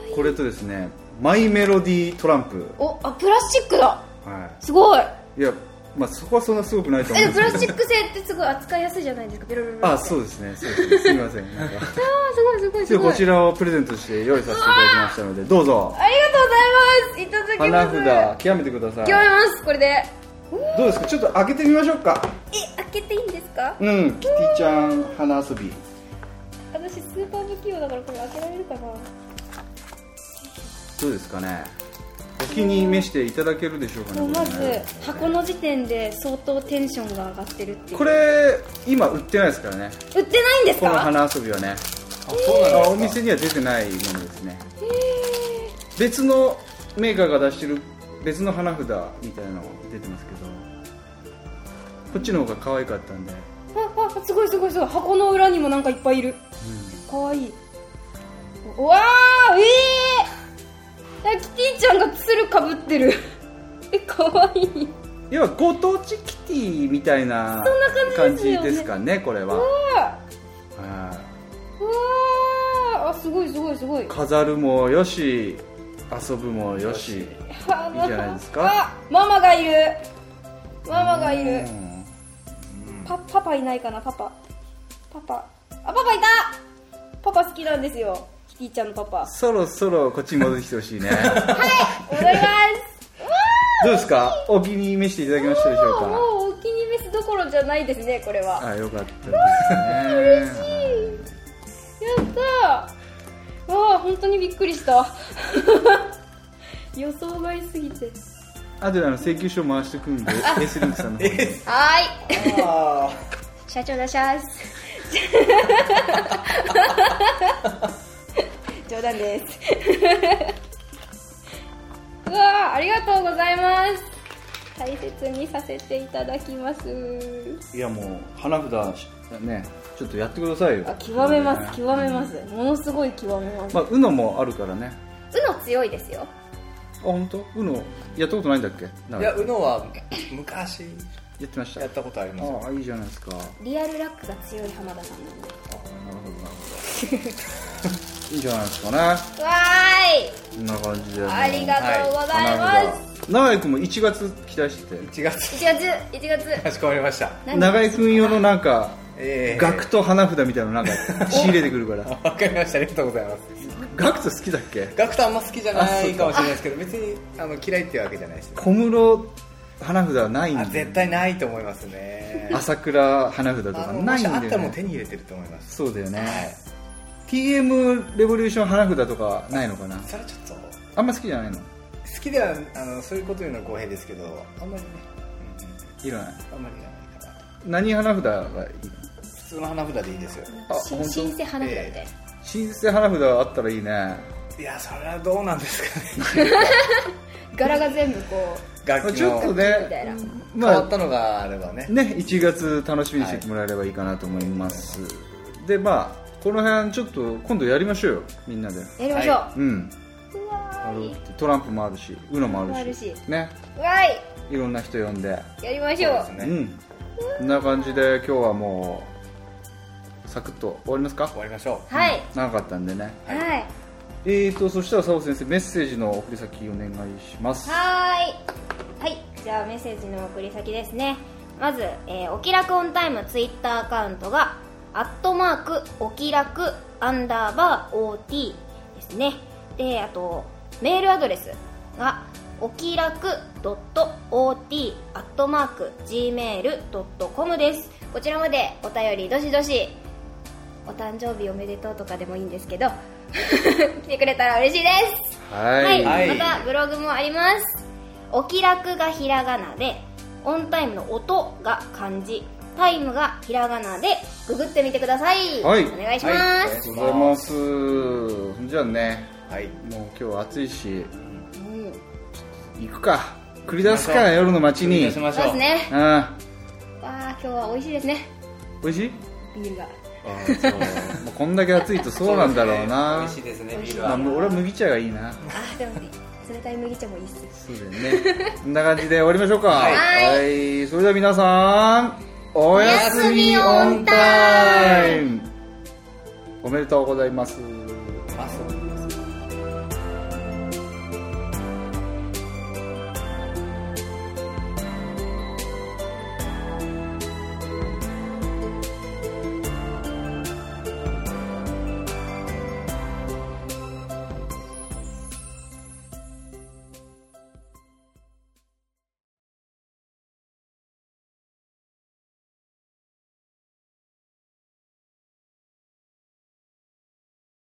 Speaker 2: いい
Speaker 9: これとですねマイメロディートランプ
Speaker 2: おあプラスチックだ
Speaker 9: は
Speaker 2: すごい
Speaker 9: いいやまあそこはそんなすごくないと思う
Speaker 2: え
Speaker 9: んです
Speaker 2: プ
Speaker 9: け
Speaker 2: ラ
Speaker 9: ど
Speaker 2: スチック製ってすごい扱いやすいじゃないですかベロベロベロ
Speaker 9: あ
Speaker 2: って
Speaker 9: そうですねそうですねすみませんなんか
Speaker 2: あーすごいすごい
Speaker 9: ち
Speaker 2: す
Speaker 9: ょっと
Speaker 2: ごい
Speaker 9: こちらをプレゼントして用意させていただきましたのでどうぞ
Speaker 2: ありがとうございますいただ
Speaker 9: 花
Speaker 2: きます
Speaker 9: 札極めてください
Speaker 2: 極めますこれで
Speaker 9: どうですかちょっと開けてみましょうか
Speaker 2: え開けていいんですか
Speaker 9: うんキティちゃん花遊び
Speaker 2: 私スーパー不器用だからこれ開けられるかな
Speaker 9: どうですかねお気に召していただけるでしょうかね
Speaker 2: ま
Speaker 9: これ
Speaker 2: ず
Speaker 9: ね
Speaker 2: 箱の時点で相当テンションが上がってるっていう
Speaker 9: これ今売ってないですからね
Speaker 2: 売ってないんです
Speaker 9: この
Speaker 2: か
Speaker 9: 花遊びはねあお店には出てないものですね別のメーカーが出してる
Speaker 5: 別の花札みたいなの出てますけどこっちの方が可愛かったんで、
Speaker 2: ああすごいすごいすごい箱の裏にもなんかいっぱいいるかわいいわあええー、キティちゃんがツルかぶってるえかわいい
Speaker 5: 要はご当地キティみたいな
Speaker 2: そんな感
Speaker 5: 感
Speaker 2: じですよ
Speaker 5: じ
Speaker 2: ね
Speaker 5: ですかねこれは
Speaker 2: あ
Speaker 5: は
Speaker 2: うわああすごいすごいすごい
Speaker 5: い飾るもよし遊ぶもよし
Speaker 2: あ
Speaker 5: いいじゃないですか
Speaker 2: あママがいるママがいる
Speaker 5: うん
Speaker 2: パパパいないかなパパパパあパパいたパパ好きなんですよキティちゃんのパパ
Speaker 5: そろそろこっちに戻ってきてほしいね
Speaker 2: 踊ります
Speaker 5: どうですかお気に召していただきましたでしょう
Speaker 2: もうもうお気に召すどころじゃないですねこれは
Speaker 5: かあよかったですね
Speaker 2: やったーわあ本当にびっくりした 予想外すぎて
Speaker 5: あとであの請求書回してくんで S リンクさんの方に
Speaker 2: はーい社長いらっし ゃい冗談ですうわあありがとうございます大切にさせていただきます
Speaker 5: いやもう花札ねちょっとやってくださいよ
Speaker 2: あ極めます極めますものすごい極めます
Speaker 5: まあ UNO もあるからね
Speaker 2: うの強いですよ
Speaker 5: あ本当 UNO やったことないんだっけなん
Speaker 4: い
Speaker 5: か
Speaker 4: やうのは昔
Speaker 5: やってました
Speaker 4: やったことありますよ
Speaker 5: ああいいじゃないですか
Speaker 2: リアルラックが強い浜田さんなんで
Speaker 5: いいじゃないですかね
Speaker 2: わ
Speaker 5: こんな感じで
Speaker 2: ーいありがとうございま
Speaker 5: 花
Speaker 2: す
Speaker 5: 札長井君も1月期待してて
Speaker 4: 1
Speaker 2: 1
Speaker 4: 月
Speaker 2: 月1月
Speaker 4: かしこまりました
Speaker 2: 何
Speaker 5: 長井君用のなんか
Speaker 4: ええ
Speaker 5: 額と花札みたいなのなん か仕入れてくるから
Speaker 4: わかりましたありがとうございます
Speaker 5: 額と好きだっけ
Speaker 4: 学徒あんま好きじゃないかもしれないですけど別にあの嫌いっていうわけじゃないですね
Speaker 5: 小室花札はない
Speaker 4: あ
Speaker 5: んで
Speaker 4: 絶対ないと思いますね
Speaker 5: 朝倉花札と
Speaker 4: あ
Speaker 5: か
Speaker 4: の
Speaker 5: な
Speaker 4: も
Speaker 5: いん
Speaker 4: し
Speaker 5: だ
Speaker 4: あ
Speaker 5: よ、
Speaker 4: っ
Speaker 5: ね、
Speaker 4: たらもう手に入れてると思います
Speaker 5: そうだよね、
Speaker 4: はい
Speaker 5: TM レボリューション花札とかないのかな
Speaker 4: それはちょっと好
Speaker 5: あんま好きじゃないの
Speaker 4: きではあのそういうこと言うのは語弊ですけどあんまりね、うん
Speaker 5: いらない
Speaker 4: うん、あんまりいらないかなと
Speaker 5: 何花札がいいの
Speaker 4: 普通の花札でいいですよ
Speaker 5: あ
Speaker 2: 新新生花札みたいな、
Speaker 5: 新生花札あったらいいね
Speaker 4: いやそれはどうなんですかね
Speaker 2: 柄が全部こ
Speaker 4: 楽器
Speaker 5: ちょっと
Speaker 4: の
Speaker 2: うみたい
Speaker 5: ね
Speaker 2: な、
Speaker 4: 変わ
Speaker 5: ま
Speaker 4: ったのがあればね
Speaker 5: あね1月楽しみにしててもらえればいいかなと思います、でまあこの辺ちょっと今度やりましょうよみんなで
Speaker 2: やりましょう、
Speaker 5: うん
Speaker 2: うわーい
Speaker 5: トランプもあるしウノもあ
Speaker 2: あ
Speaker 5: る
Speaker 2: る
Speaker 5: し
Speaker 2: し
Speaker 5: ね
Speaker 2: うわーい
Speaker 5: いろんな人呼んで
Speaker 2: やりましょう
Speaker 4: そうですね、
Speaker 5: うんこんな感じで今日はもうサクッと終わりますか
Speaker 4: 終わりましょ
Speaker 2: はい、
Speaker 5: 長かったんでね
Speaker 2: はいはい
Speaker 5: えーとそしたら佐藤先生メッセージの送り先お願いします
Speaker 2: はいじゃあメッセージの送り先ですねまず、えーおきらくオンタイムツイッターアカウントがアットマークおきらくアンダーバー OT ですねであとメールアドレスがおきらく .ot アットマーク gmail.com ですこちらまでお便りどしどしお誕生日おめでとうとかでもいいんですけど 来てくれたら嬉しいです
Speaker 5: はい
Speaker 2: はい、
Speaker 4: はい
Speaker 2: またブログもありますお気楽がひらがなでオンタイムの音が漢字タイムがひらがなでググってみてください、
Speaker 5: はい
Speaker 2: お願いし
Speaker 4: う
Speaker 2: ます、
Speaker 4: はいありが
Speaker 5: あ
Speaker 4: と
Speaker 5: り
Speaker 4: う
Speaker 5: がとうござい
Speaker 4: ございま
Speaker 5: ますすじゃあね
Speaker 4: はい
Speaker 5: もう今日暑いし
Speaker 2: うん
Speaker 5: 行くか繰り出すか夜の街に
Speaker 4: しまし
Speaker 2: そうで
Speaker 4: ょ
Speaker 2: す
Speaker 4: う
Speaker 2: ね
Speaker 5: あ
Speaker 2: わあ今日は美味しいですね
Speaker 5: 美味しいも
Speaker 2: ビールが
Speaker 5: うこんだけ暑いとそうなんだろう
Speaker 4: そ
Speaker 5: な
Speaker 4: ですね美味しいですねビール
Speaker 5: まあ、
Speaker 4: は
Speaker 5: もう俺は麦茶がいいな
Speaker 2: あーでもね冷たい麦茶もいいっす
Speaker 5: そうだよねこんな感じで終わりましょうかはいいそれでは皆さんおやすみオンタイムおめでとうございます
Speaker 4: あそう